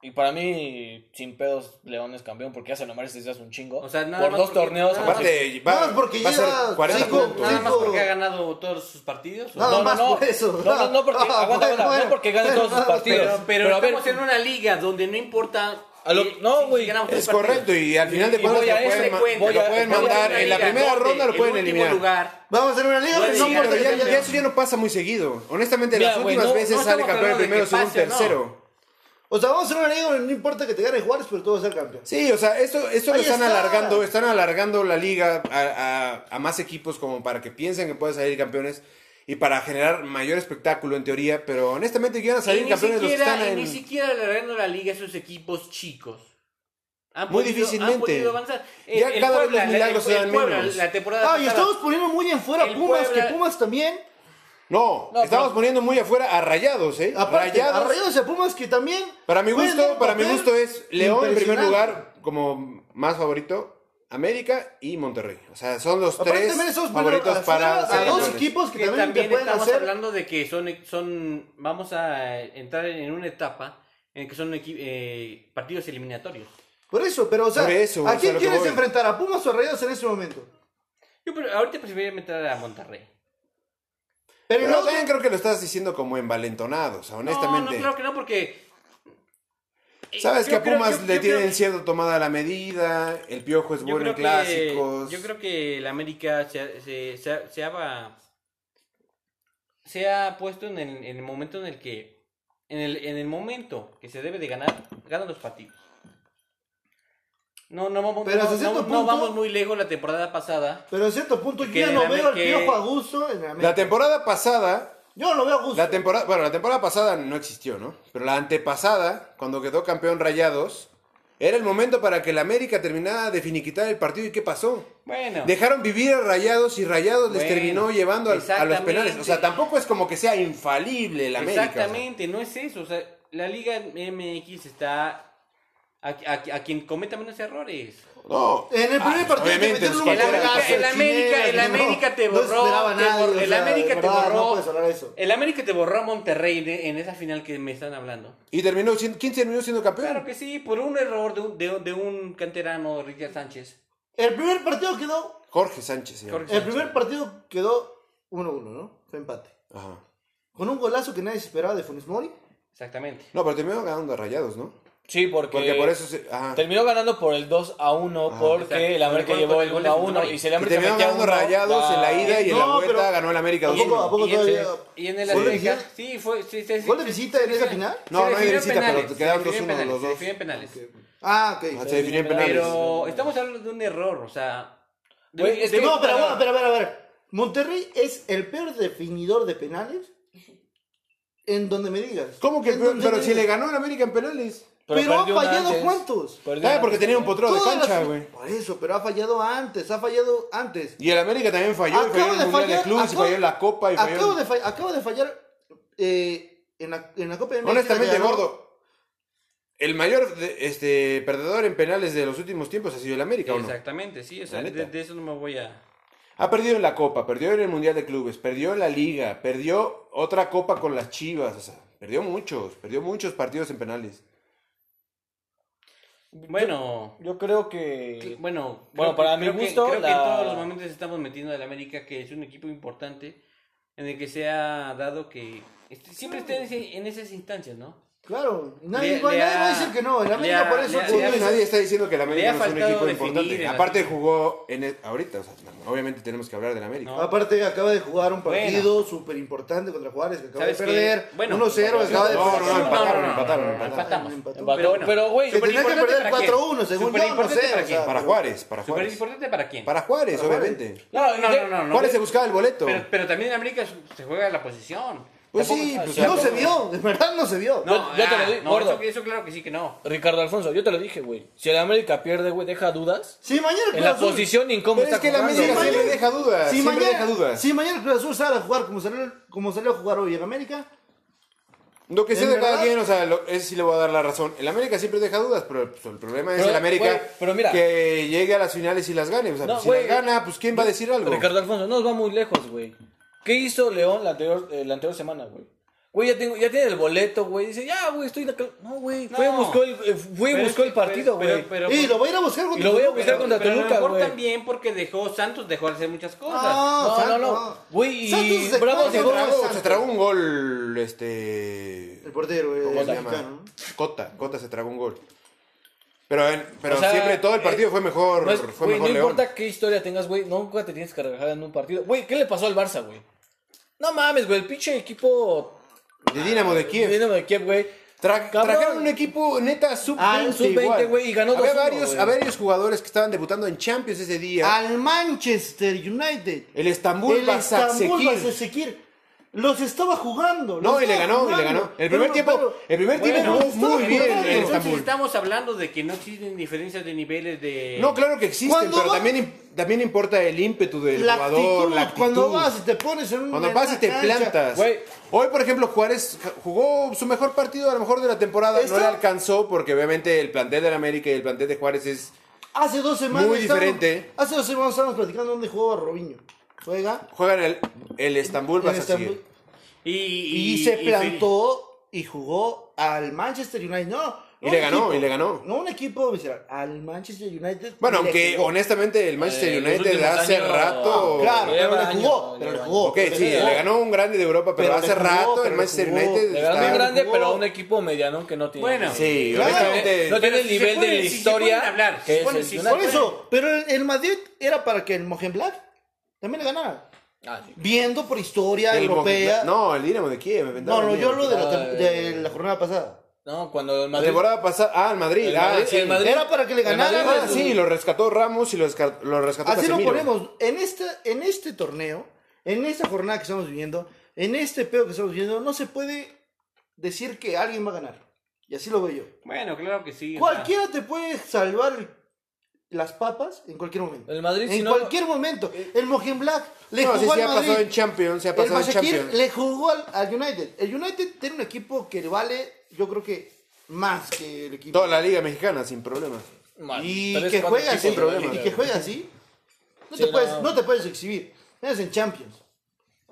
S1: Y para mí, sin pedos, León es campeón porque hace nomás desde hace un chingo.
S2: O sea, nada
S1: Por
S2: más
S1: dos
S2: porque-
S1: torneos.
S2: nada
S1: aparte.
S3: Aparte, va,
S4: No, porque
S3: va a ser
S4: lleva
S3: 40
S4: cinco-
S3: puntos.
S2: Nada más
S4: Dijo-
S2: porque ha ganado todos sus partidos. ¿o?
S4: Nada
S1: No, no,
S4: más
S1: no.
S4: por eso.
S1: No, no, no, porque-
S4: Ah,
S1: aguanta,
S4: bueno,
S1: aguanta,
S4: bueno.
S1: no porque gane todos sus
S4: No,
S1: partidos.
S4: pero-
S2: Pero, pero
S1: Pero a ver-
S2: estamos en una liga donde no importa.
S1: A lo-
S2: eh,
S1: no,
S2: si- si
S1: güey.
S2: ganamos tres
S3: Es
S2: partidos.
S3: correcto, y al final de
S1: Y
S3: cuentas
S1: voy
S3: lo
S1: a ese
S3: pueden, ma-
S1: cuenta,
S3: lo pueden
S1: voy a
S3: mandar.
S1: una
S3: En la
S1: liga
S3: primera
S2: donde
S3: ronda lo
S2: el
S3: pueden
S2: último
S3: eliminar.
S2: lugar.
S4: Vamos a hacer una liga.
S2: No,
S4: donde
S3: Sí,
S2: Sí,
S3: pero
S4: importa
S3: ya,
S4: el
S2: campeón.
S3: ya eso ya no pasa muy seguido. Honestamente,
S1: Mira,
S3: las
S1: güey,
S3: últimas
S1: no-
S3: veces
S2: no
S3: sale
S2: estamos
S3: campeón
S2: hablando de
S3: primero,
S2: que
S3: segundo,
S2: pase o no.
S3: tercero.
S4: O sea, vamos a hacer una liga donde no importa que te gane Juárez, pero tú vas a ser campeón.
S3: Sí, o sea, esto, esto lo
S4: Ahí
S3: están
S4: está.
S3: alargando, están alargando la liga a, a- a más equipos como para que piensen que pueden salir campeones y para generar mayor espectáculo en teoría, pero honestamente que iban a
S2: Y
S3: salir
S2: ni
S3: campeones los que
S2: siquiera-
S3: están
S2: y
S3: en...
S2: Ni siquiera alargando la liga a esos equipos chicos. Han
S3: Muy
S2: podido-
S3: difícilmente.
S2: Han podido avanzar.
S3: Ya cada vez los milagros
S2: el-
S3: se dan
S2: el Puebla,
S3: menos.
S2: La temporada
S4: Ah, y
S2: pasada.
S4: estamos poniendo muy en fuera a
S2: El
S4: Pumas, que
S2: Puebla-
S4: Pumas también.
S3: No,
S1: No,
S3: estamos
S1: pero-
S3: poniendo muy afuera a rayados, ¿eh?
S4: Aparte,
S3: rayados.
S4: a Rayados y a Pumas que también.
S3: Para mi
S4: pueden dar
S3: gusto,
S4: un
S3: para mi
S4: papel
S3: gusto es León en primer
S4: impresionante.
S3: lugar como más favorito, América y Monterrey. O sea, son los
S4: Aparte,
S3: tres
S4: también estamos poniendo
S3: favoritos
S4: afuera
S3: para
S4: a
S3: ser
S4: dos
S3: campeones.
S4: equipos Pues que,
S2: que
S4: también, te
S2: también
S4: pueden
S2: estamos
S4: hacer.
S2: hablando de que son, son vamos a entrar en una etapa en que son equi- eh, partidos eliminatorios.
S4: Por eso, pero o sea,
S3: Por eso,
S4: ¿a
S3: o sea,
S4: quién
S3: lo que
S4: quieres
S3: voy.
S4: enfrentar? ¿A Pumas o a Rayados en ese momento?
S2: Yo pero ahorita preferiría entrar a Monterrey.
S4: Pero,
S3: Pero
S4: no,
S3: también creo que lo estás diciendo como envalentonado, o sea, honestamente.
S2: No, no, claro que no, porque... eh,
S3: Sabes
S2: yo
S3: que a
S2: creo-
S3: Pumas
S2: yo-
S3: le
S2: yo
S3: tienen
S2: creo-
S3: cierto tomada la medida, el piojo es
S2: yo
S3: bueno en
S2: creo que-
S3: clásicos.
S2: Yo creo que el América se, ha- se, se, ha- se ha va- se ha puesto en el, en el momento en el que... En el, en el momento que se debe de ganar, gana los partidos. No, no, vamos,
S4: Pero
S2: no-
S4: hasta cierto
S2: no- no
S4: punto-
S2: vamos muy lejos la temporada pasada.
S4: pero en cierto punto yo
S2: Que
S4: ya no
S2: la me-
S4: veo al
S2: que-
S4: Piojo a gusto en el
S3: La
S4: América.
S3: temporada pasada,
S4: Yo no lo veo a gusto.
S3: la temporada, bueno, la temporada pasada no existió, ¿no? Pero la antepasada, cuando quedó campeón Rayados, era el momento para que el América terminara de finiquitar el partido y qué pasó?
S2: Bueno.
S3: Dejaron vivir a Rayados y Rayados les
S2: Bueno,
S3: terminó llevando al- a los
S2: exactamente.
S3: penales. O sea, tampoco es como que sea infalible el América. o sea.
S2: Exactamente, no es eso. O sea, la Liga MX está A, a- a quien cometa menos errores.
S3: No.
S4: En el primer
S3: Ah,
S4: partido te
S3: obviamente,
S4: metieron
S3: pues,
S4: un
S2: El
S3: cualquiera.
S2: América, el
S4: golazo,
S2: América, el
S4: chineras,
S2: América te
S4: no- no
S2: borró.
S4: esperaba
S2: te
S4: nadie,
S2: borró-
S4: o
S2: el
S4: sea,
S2: América
S4: de
S2: te
S4: verdad, No
S2: borró.
S4: puedes hablar de eso.
S2: El América te borró a Monterrey de- en esa final que me están hablando.
S3: Y terminó siendo, ¿quién terminó siendo campeón?
S2: Claro que sí, por un error de un, de, de un canterano, Richard Sánchez.
S4: El primer partido quedó.
S3: Jorge Sánchez, señor.
S2: Jorge.
S4: El primer partido quedó 1-1, ¿no? Fue empate.
S3: Ajá.
S4: Con un golazo que nadie se esperaba de Funes Mori.
S2: Exactamente.
S3: No, pero terminó ganando a Rayados, ¿no?
S1: Sí, porque,
S3: Porque por eso se... Ajá.
S1: terminó ganando por el 2 a 1
S3: Ah,
S1: porque
S2: exacto.
S1: el América
S2: Con el
S1: llevó
S2: gol-
S1: el
S2: con
S1: 1
S2: el
S1: a
S2: gol de
S1: 1
S2: Funes
S1: y si el
S3: Y
S1: América
S3: terminó
S1: metía
S3: ganando
S1: uno,
S3: Rayados en la ida y en la
S4: No,
S3: vuelta
S4: pero-
S3: ganó el América
S4: ¿A poco-
S3: 2-1.
S4: a poco
S2: y, en,
S4: todavía-
S2: y en el
S4: ¿Gol de
S2: Azteca.
S4: visita?
S2: Sí, fue. Sí, sí, sí,
S4: ¿Gol de
S2: se-
S4: visita
S2: se
S4: en esa
S2: definió-
S4: final?
S3: No,
S2: se
S3: no hay
S2: definió en
S3: visita, pero
S2: penales,
S3: quedaron
S2: se definió
S3: 2-1
S2: en penales,
S3: los
S2: se
S3: dos.
S2: definió en penales.
S4: Ah,
S3: Ah,
S4: ok.
S3: Se definió en penales.
S2: Pero estamos hablando de un error, o sea. de-
S1: Güey, es
S2: de
S1: que-
S2: un
S4: No, pero bueno,
S2: jugador.
S4: pero a ver, a ver. Monterrey es el peor definidor de penales en donde me digas.
S3: ¿Cómo que
S4: En
S3: peor?
S4: donde
S3: Pero
S4: me
S3: si le
S4: digas.
S3: ganó el América en penales.
S4: Pero ha
S1: perdió una
S4: fallado
S1: antes.
S4: cuántos.
S1: Perdió
S3: Ah,
S1: una
S3: porque
S1: antes.
S3: tenía un potrero de
S4: Todas las-
S3: cancha, güey.
S4: Por eso, pero ha fallado antes, ha fallado antes.
S3: Y el América también falló. Y
S4: Acabo
S3: falló en
S4: de
S3: el Mundial de
S4: fallar,
S3: Clubes, y
S4: acabo-
S3: falló en la Copa y falló...
S4: Acabo
S3: en-
S4: de, fall- acabo de fallar eh, en, la, en la Copa de México.
S3: Honestamente,
S4: que ganó-
S3: gordo. El mayor de- este, perdedor en penales de los últimos tiempos ha sido el América, ¿o no?
S2: Exactamente, sí, o sea,
S3: La neta.
S2: de, de eso no me voy a.
S3: Ha perdido en la Copa, perdió en el Mundial de Clubes, perdió en la Liga, perdió otra Copa con las Chivas, o sea, perdió muchos, perdió muchos partidos en penales.
S2: Bueno,
S1: Yo creo eh, que
S2: bueno,
S1: Bueno,
S2: creo
S1: para
S2: que-
S1: mi
S2: creo que-
S1: gusto,
S2: creo que
S1: la-
S2: en todos los momentos estamos metiendo al América, que es un equipo importante, en el que se ha dado que este- siempre está en, ese- en esas instancias, ¿no?
S4: Claro, nadie,
S2: Le-
S4: va,
S2: le
S4: nadie
S2: ha-
S4: va a decir que no. El
S2: le
S4: América
S2: ha-
S4: por eso.
S2: le ha-
S4: sí,
S2: le ha-
S4: nadie-
S3: nadie está diciendo que el
S2: le
S3: América
S2: ha
S3: no es un
S2: faltado
S3: equipo
S2: definir
S3: importante.
S2: en la
S3: Aparte
S2: liga.
S3: jugó en el- ahorita, o sea, no, obviamente tenemos que hablar del América.
S2: No.
S4: Aparte, acaba de jugar un
S2: Bueno.
S4: partido súper importante contra Juárez, que acaba de
S2: ¿Sabes qué?
S4: perder.
S2: Bueno,
S4: 1-0, acaba de
S3: no,
S4: perder.
S3: no, empataron, empataron,
S4: empataron.
S1: empató.
S2: Pero bueno,
S1: pero güey,
S4: Se
S2: Súper
S4: tenía que
S2: importante
S4: perder
S2: para quién.
S4: 4-1, según
S2: Súper
S4: yo, no sé.
S2: importante para
S4: o
S2: quién.
S4: sea,
S3: Para
S4: pero-
S3: Juárez, para
S2: Súper
S3: Juárez.
S2: importante para quién.
S3: Para Juárez,
S4: Para Juárez.
S3: obviamente.
S1: no,
S2: No,
S1: de-
S2: no, no, no.
S3: Juárez se buscaba el boleto.
S2: Pero, pero también en América su- se juega la posición.
S3: pues
S1: tampoco-
S3: sí,
S1: ah,
S3: pues
S1: sí,
S4: No
S3: tampoco-
S4: se vio, de verdad no se vio.
S2: No,
S1: Yo- yo te
S2: ah,
S1: lo digo,
S2: no,
S1: gordo.
S2: eso, eso claro que sí que no.
S1: Ricardo Alfonso, yo te lo dije, güey. Si el América pierde, güey, deja dudas
S4: Si mañana el
S1: en
S4: Cruz
S1: la
S4: Azul-
S1: posición y en cómo
S3: Pero
S1: está
S3: es que el
S1: jugando.
S3: América
S4: Sí,
S3: siempre
S4: mañana-
S3: deja dudas,
S4: si
S3: siempre
S4: mañana,
S3: deja dudas.
S4: si mañana el Cruz Azul sale a jugar como salió, como salió a jugar hoy en América,
S3: Lo que sé
S4: ¿En
S3: de cada
S4: verdad?
S3: quien, o sea, lo- ese sí le voy a dar la razón. El América siempre deja dudas, pero pues, el problema es
S1: Pero,
S3: el América
S1: güey, pero mira.
S3: que llegue a las finales y las gane. O sea,
S1: No,
S3: pues, si
S1: güey.
S3: las gana, pues ¿quién va a decir algo?
S1: Ricardo Alfonso, no nos va muy lejos, güey. ¿Qué hizo León la anterior, eh, la anterior semana, güey? Güey, ya, tengo, ya tiene el boleto, güey. Dice, ya, güey, estoy... en la cal- No, güey, fue y
S2: No.
S1: buscó el, eh, fue y
S2: Pero
S1: buscó
S2: es
S1: el
S2: que-
S1: partido,
S2: pero-
S1: güey.
S2: pero-
S4: y lo voy a ir a buscar contra
S1: Y lo voy a
S4: Toluca,
S1: buscar
S4: ¿no?
S1: contra
S2: Pero a lo
S1: Toluca,
S2: mejor
S1: güey.
S2: también porque dejó Santos dejó de hacer muchas cosas.
S4: No,
S1: No, no,
S4: Ah, Santos,
S1: no. Güey, y
S4: Santos se
S1: Bravos
S4: conoce,
S3: Se
S1: dejó...
S4: Bravos.
S3: tragó, se tragó un gol, este...
S4: El portero, eh,
S3: ¿Cómo se llama?
S4: mexicano.
S3: Cota, Cota se tragó un gol. Pero, en- pero
S1: O sea, eh,
S3: siempre todo el partido fue mejor,
S1: No, es-
S3: fue
S1: güey,
S3: mejor
S1: no
S3: León.
S1: importa qué historia tengas, güey, nunca te tienes que regalar en un partido. Güey, ¿qué le pasó al Barça, güey? No mames, güey, el pinche equipo...
S3: De Dinamo de Kiev.
S1: Dinamo de Kiev, güey.
S3: Tra-
S1: Cabrón.
S3: trajeron un equipo neta sub-20.
S1: Ah, un sub-20,
S3: igual.
S1: güey, y ganó
S3: Había
S1: 2-1,
S3: varios,
S1: güey. Ah,
S3: a varios jugadores que estaban debutando en Champions ese día.
S4: Al Manchester United.
S3: el Estambul,
S4: el Estambul
S3: Basaksehir.
S4: Basaksehir. Los estaba jugando.
S3: No,
S4: los
S3: y le
S4: estaba
S3: ganó, y le
S4: jugando.
S3: ganó. El primer
S4: Pero-
S3: tiempo,
S4: pero-
S3: el primer tiempo
S4: Bueno,
S3: jugó
S4: estaba
S3: muy bien
S4: jugando.
S3: en
S2: Entonces
S3: Estambul.
S2: estamos hablando de que no existen diferencias de niveles de...
S3: Eh, No, claro que existen,
S4: Cuando
S3: pero
S4: va-
S3: también, im- también importa el ímpetu del
S4: La
S3: jugador,
S4: actitud,
S3: la actitud.
S4: Cuando vas y te pones en un.
S3: Cuando
S4: en
S3: vas
S4: una
S3: y te
S4: cancha,
S3: plantas.
S1: Güey.
S3: Hoy, por ejemplo, Juárez ja- jugó su mejor partido a lo mejor de la temporada. No
S4: Está-
S3: le alcanzó porque obviamente el plantel del América y el plantel de Juárez es...
S4: Hace dos semanas.
S3: Muy
S4: estábamos-
S3: diferente.
S4: hace dos semanas estábamos platicando dónde jugaba Robinho. Juega.
S3: Juegan el, el Estambul,
S4: en
S3: vas
S4: Estambul.
S2: Y,
S4: Y, se plantó y jugó al Manchester United. No. no
S3: Y
S4: un
S3: le ganó,
S4: equipo,
S3: y le ganó.
S4: No un equipo miserable, al Manchester United.
S3: Bueno,
S4: y le
S3: aunque
S4: jugó.
S3: honestamente el Manchester
S1: Eh, los
S3: United
S1: últimos
S3: hace
S1: años- ah,
S3: rato...
S4: Claro, pero
S1: Lleva
S4: le jugó.
S1: años,
S4: Pero le
S1: lleva
S4: jugó.
S3: Ok, sí,
S4: pero le jugó.
S3: le ganó un grande de Europa, pero,
S4: Pero
S3: hace
S4: le jugó,
S3: rato el
S4: pero
S3: Manchester
S4: le jugó.
S3: United
S1: Le
S3: está-
S1: ganó un grande,
S4: jugó.
S1: pero a un equipo mediano que no tiene...
S2: Bueno.
S3: Sí,
S4: Claro.
S3: honestamente...
S1: No tiene el
S2: Pero si se
S1: nivel de
S2: pueden-
S1: la
S2: si se pueden
S1: historia.
S2: hablar,
S1: que
S2: si
S1: es
S2: pueden-
S1: el
S2: si
S1: de
S2: se
S1: una-
S4: Por eso, pero el, el Madrid era para que el Mohenblack también le ganara.
S1: Ah, sí.
S4: Viendo por historia
S3: el
S4: europea.
S3: Mohamed- No, el Dinamo de Kiev. me
S4: no,
S3: inventaron
S4: no,
S3: el
S4: yo
S3: Dinamo
S4: hablo de la,
S1: Ay.
S4: tem- de la jornada pasada.
S1: No, cuando el
S3: La
S1: Madrid...
S3: temporada pasada. Ah, el Madrid.
S1: El
S3: ah,
S1: Madrid-
S3: sí.
S1: el Madrid-
S4: Era para que le
S1: el Madrid
S4: ganara.
S3: Ah,
S1: es-
S3: sí, lo rescató Ramos y lo, resca- lo rescató
S4: Así lo
S3: Casemiro.
S4: ponemos. En, esta, en este torneo, en esta jornada que estamos viviendo, en este peo que estamos viviendo, no se puede decir que alguien va a ganar. Y así lo veo yo.
S2: Bueno, claro que sí. o
S4: Cualquiera te puede salvar el- las papas en cualquier momento.
S1: El Madrid,
S4: En
S1: si no-
S4: cualquier momento. El Mohenblack le
S3: eh, No, sí,
S4: jugó
S3: sí,
S4: al
S3: ha pasado
S4: Madrid.
S3: en Champions. Se ha
S4: El
S3: pasado en
S4: Bashakir
S3: Champions.
S4: le jugó al, al United. El United tiene un equipo que le vale, yo creo que más que el equipo.
S3: Toda la liga mexicana, sin problema.
S1: Man,
S4: Y
S1: tres,
S4: que
S1: cuatro
S4: juega así,
S1: equipos de la
S4: y
S1: liga,
S4: que
S1: güey.
S4: juega así, no,
S1: Sí,
S4: te puedes,
S1: no.
S4: no. te puedes exhibir. Eres en Champions.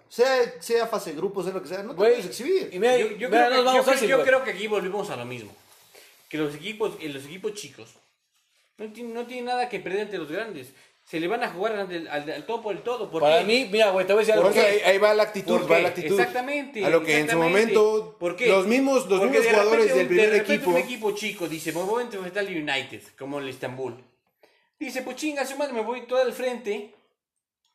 S4: Sea, sea fase de grupos, sea lo que sea, no te
S1: Güey,
S4: puedes exhibir.
S1: Y mira,
S2: Yo, yo
S1: mira,
S2: creo,
S1: nos
S2: que,
S1: vamos
S2: yo creo-
S1: fácil,
S2: yo
S1: güey.
S2: creo que aquí volvimos a lo mismo. Que los equipos, eh, los equipos chicos no tienen, no tienen nada que perder ante los grandes. Se le van a jugar ante el- al, al todo por el todo. ¿Por
S1: Para
S2: qué?
S1: mí, mira, güey, te voy a decir algo.
S3: Porque ahí, ahí va la actitud,
S2: ¿Por
S3: va
S2: qué?
S3: la actitud.
S2: Exactamente.
S3: A lo que en su
S2: exactamente.
S3: momento
S2: ¿Por qué?
S3: los mismos, los
S2: Porque
S3: mismos
S2: de
S3: jugadores
S2: repente
S3: del
S2: un-
S3: primer
S2: de repente
S3: equipo.
S2: Un equipo chico dice, me voy a enfrentar al United, como el Istanbul. Dice, pues chinga, su madre, me voy todo al frente.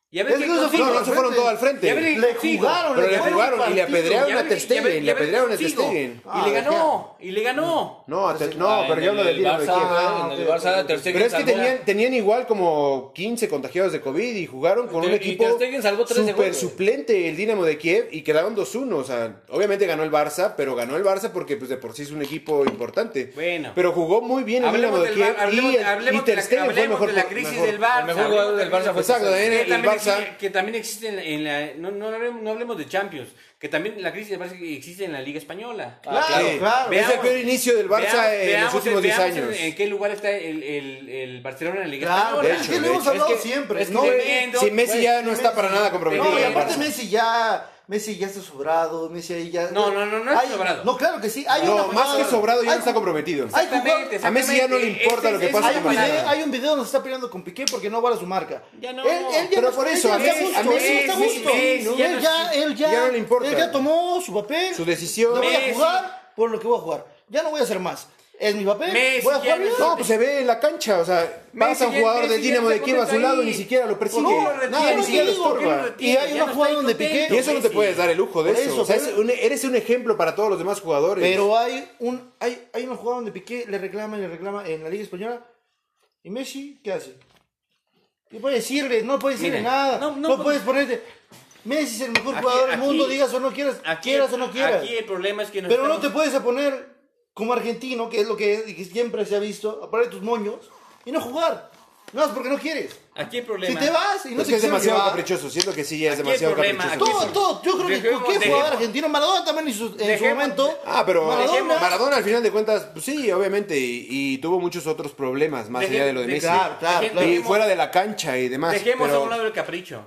S2: Y a ver
S4: Es
S2: qué
S4: que no se
S2: consigo.
S3: No, no se fueron todo al frente.
S2: Y a ver qué
S4: Le
S2: consigo.
S4: jugaron,
S3: Pero le
S4: Pero
S3: jugaron y le
S4: partido,
S3: apedrearon
S2: Ya
S3: a
S2: ve-
S3: Ter
S2: ya ve-
S3: Stegen, le
S2: ya ve-
S3: apedrearon a Ter
S2: sigo.
S3: Stegen.
S4: Ah,
S2: y le
S4: de
S2: ganó, y le ganó.
S3: No, a Ter-
S4: Entonces,
S3: no,
S1: Ah,
S3: pero yo
S1: en
S3: hablo de
S1: el
S3: tiro de
S1: Barça,
S3: izquierda.
S4: Ah,
S1: en el
S4: ok,
S1: Barça,
S4: ok, ok.
S1: Ter Stegen
S3: Pero es que
S1: salvó-
S3: tenían, tenían igual como 15 contagiados de COVID y jugaron con
S1: Y
S3: un
S1: Ter
S3: equipo
S1: Stegen salvó tres de gol,
S3: super
S1: güey.
S3: suplente, el Dinamo de Kiev, y quedaron 2-1. O sea, obviamente ganó el Barça, pero ganó el Barça porque pues, de por sí es un equipo importante.
S2: Bueno.
S3: Pero jugó muy bien el Dinamo
S2: Hablemos
S3: de
S2: del Bar-
S3: Kiev
S2: hablemos-
S3: y, el- y
S2: hablemos de
S3: Ter
S2: la-
S3: Stegen fue el
S2: hablemos
S3: mejor
S2: de la
S3: jugador-
S2: crisis
S3: mejor.
S2: del Barça.
S1: El mejor jugador
S2: hablemos
S1: del
S2: también
S1: Barça fue
S2: de-
S3: Exacto, también
S2: que
S3: el
S2: también
S3: Barça-
S2: existe- que también existe en la, en la- no, no, hablemos, no hablemos de Champions, que también la crisis del Barça existe en la Liga española.
S1: Ah,
S4: claro,
S3: Sí.
S4: claro.
S3: Es el
S2: Veamos-
S3: peor inicio del Barça
S2: Vea-
S3: en los
S2: veamos-
S3: últimos 10
S2: veamos en-
S3: años.
S2: En, qué lugar está el, el, el Barcelona en la Liga
S4: Claro,
S2: Española.
S3: de
S4: es
S3: hecho,
S4: que
S3: de
S4: lo hemos
S3: hecho.
S4: hablado
S1: Es que-
S4: siempre.
S1: es que
S4: no,
S1: de-
S4: Ve-
S2: Tremendo,
S3: Si Messi
S2: güey,
S3: ya no está para nada comprometido.
S4: No, y
S3: en el
S4: aparte
S3: Barça.
S4: Messi ya. Messi ya está sobrado. Messi ahí ya.
S2: No, no, no, no es
S4: Hay-
S2: sobrado.
S4: No, claro que sí. Hay
S3: No,
S4: una
S3: más
S4: jugada-
S3: que sobrado ya
S4: hay
S3: no está
S4: ju-
S3: comprometido.
S4: Hay
S2: Exactamente,
S3: A Messi ya no le
S2: exactamente.
S3: importa lo que
S2: Ese-
S3: pasa
S2: ese
S4: Hay
S3: con
S4: un,
S2: es el
S3: Barcelona.
S4: video,
S2: problema.
S4: hay un video donde se está peleando con Piqué porque no guarda su marca.
S2: Ya no.
S4: Él, él ya
S3: Pero
S4: no
S3: por
S4: está-
S3: eso, a
S4: él ya
S3: Messi-
S4: está
S3: a Messi-
S4: gusto,
S3: a
S4: está gusto.
S2: Messi ya no
S4: Él ya, él ya,
S3: ya no le importa.
S4: Él ya tomó su papel.
S3: Su decisión.
S4: No voy
S2: Messi.
S4: a jugar por lo que voy a jugar. Ya no voy a hacer más. Es mi papel.
S2: Messi
S4: voy a
S2: ya
S4: jugar
S2: no
S4: bien.
S3: No, pues se ve en la cancha, o sea, pasa un
S2: ya-
S3: jugador
S2: Messi
S3: del
S2: ya
S3: Dinamo
S2: se
S3: de Kiev a su
S2: concentra
S3: lado y
S2: ahí.
S3: ni siquiera lo persigue.
S4: No,
S2: lo
S3: Nada,
S2: retiene?
S3: ni siquiera lo
S2: ¿Por qué
S3: estorba.
S2: lo
S4: Y hay
S2: Ya
S4: una
S2: no
S4: jugada
S2: está
S4: donde Piqué.
S2: contento.
S3: Y eso no te
S2: Messi.
S3: puedes dar el lujo de
S4: Por
S3: eso.
S4: eso,
S3: O sea,
S4: pero-
S3: es un- eres un ejemplo para todos los demás jugadores.
S4: Pero hay un hay, hay una jugada donde Piqué le reclama y le reclama en la Liga Española. ¿Y Messi qué hace? No puede decirle, no puede decirle
S2: Mira,
S4: nada.
S2: no,
S4: No,
S2: no,
S4: puedes ponerte. Messi es el mejor
S2: Aquí-
S4: jugador del mundo,
S2: aquí-
S4: digas o no quieras,
S2: Aquí,
S4: quieras o no quieras.
S2: aquí el problema es que nos
S4: Pero no te
S2: estamos-
S4: puedes poner como argentino, que es lo que es y que siempre se ha visto, a poner tus moños y no jugar. No es porque no quieres.
S2: Aquí el
S4: Si
S2: problema.
S4: te vas y no
S3: es
S4: te
S3: que es
S4: quisieron
S3: demasiado
S4: llevar,
S3: caprichoso, siento que sí, ya es
S2: Aquí el
S3: demasiado
S2: problema,
S3: caprichoso.
S2: aquí-
S4: Todo,
S3: Messi.
S4: todo. Yo creo que
S2: Dejemos-
S4: cualquier jugador
S2: dejemos-
S4: argentino, Maradona también en su, en su
S2: dejemos-
S4: momento.
S3: Ah, pero
S4: Maradona,
S3: Maradona, al final de cuentas, pues sí, obviamente, y, y tuvo muchos otros problemas más allá de lo de
S2: Deje-
S3: Messi.
S4: Claro, claro,
S2: Deje-
S4: claro.
S3: Y
S2: dejemos-
S3: fuera de la cancha y demás.
S2: Dejemos
S3: pero-
S2: a un lado el capricho.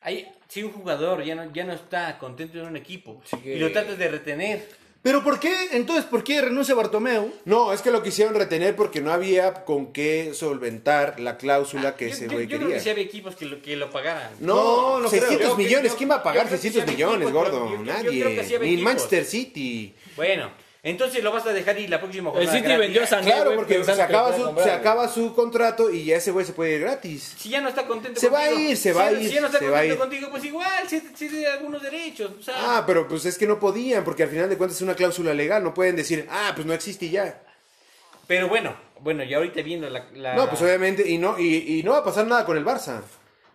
S2: Ahí, si un jugador ya no, ya no está contento en un equipo
S1: que-
S2: y lo tratas de retener,
S4: Pero ¿por qué? Entonces, ¿por qué renuncia Bartomeu?
S3: No, es que lo quisieron retener porque no había con qué solventar la cláusula que
S2: Ah, yo,
S3: ese
S2: yo-
S3: güey
S2: yo creo
S3: quería.
S2: que sí había equipos que lo, que lo pagaran.
S3: No,
S4: No, no
S3: 600
S2: creo.
S3: millones.
S2: Yo-
S3: ¿Quién va a pagar
S2: yo creo que
S3: 600
S2: sí había
S3: millones,
S2: equipos,
S3: gordo?
S2: yo- yo- yo creo que sí
S3: Nadie.
S2: había
S3: Ni el
S2: equipos.
S3: Manchester City.
S2: Bueno, entonces lo vas a dejar y la próxima
S1: El
S2: jornada.
S1: City
S2: gratis.
S1: vendió a Sané,
S3: Claro,
S1: güey,
S3: porque se
S1: pensando que lo
S3: acaba,
S1: pueden
S3: su,
S1: comprar,
S3: se
S1: güey.
S3: acaba su contrato y ya ese güey se puede ir gratis.
S2: Si ya no está contento
S3: Se va
S2: contigo,
S3: a ir, se va
S2: si-
S3: a ir,
S2: Si ya no está
S3: se va a
S2: contento
S3: ir.
S2: contigo, pues igual, sí sí tiene algunos derechos. O sea,
S3: Ah, pero pues es que no podían, porque al final de cuentas es una cláusula legal. No pueden decir, ah, pues no existe y ya.
S2: Pero bueno, bueno, ya ahorita viendo la. la-
S3: No, pues obviamente, y no, y, y no va a pasar nada con el Barça.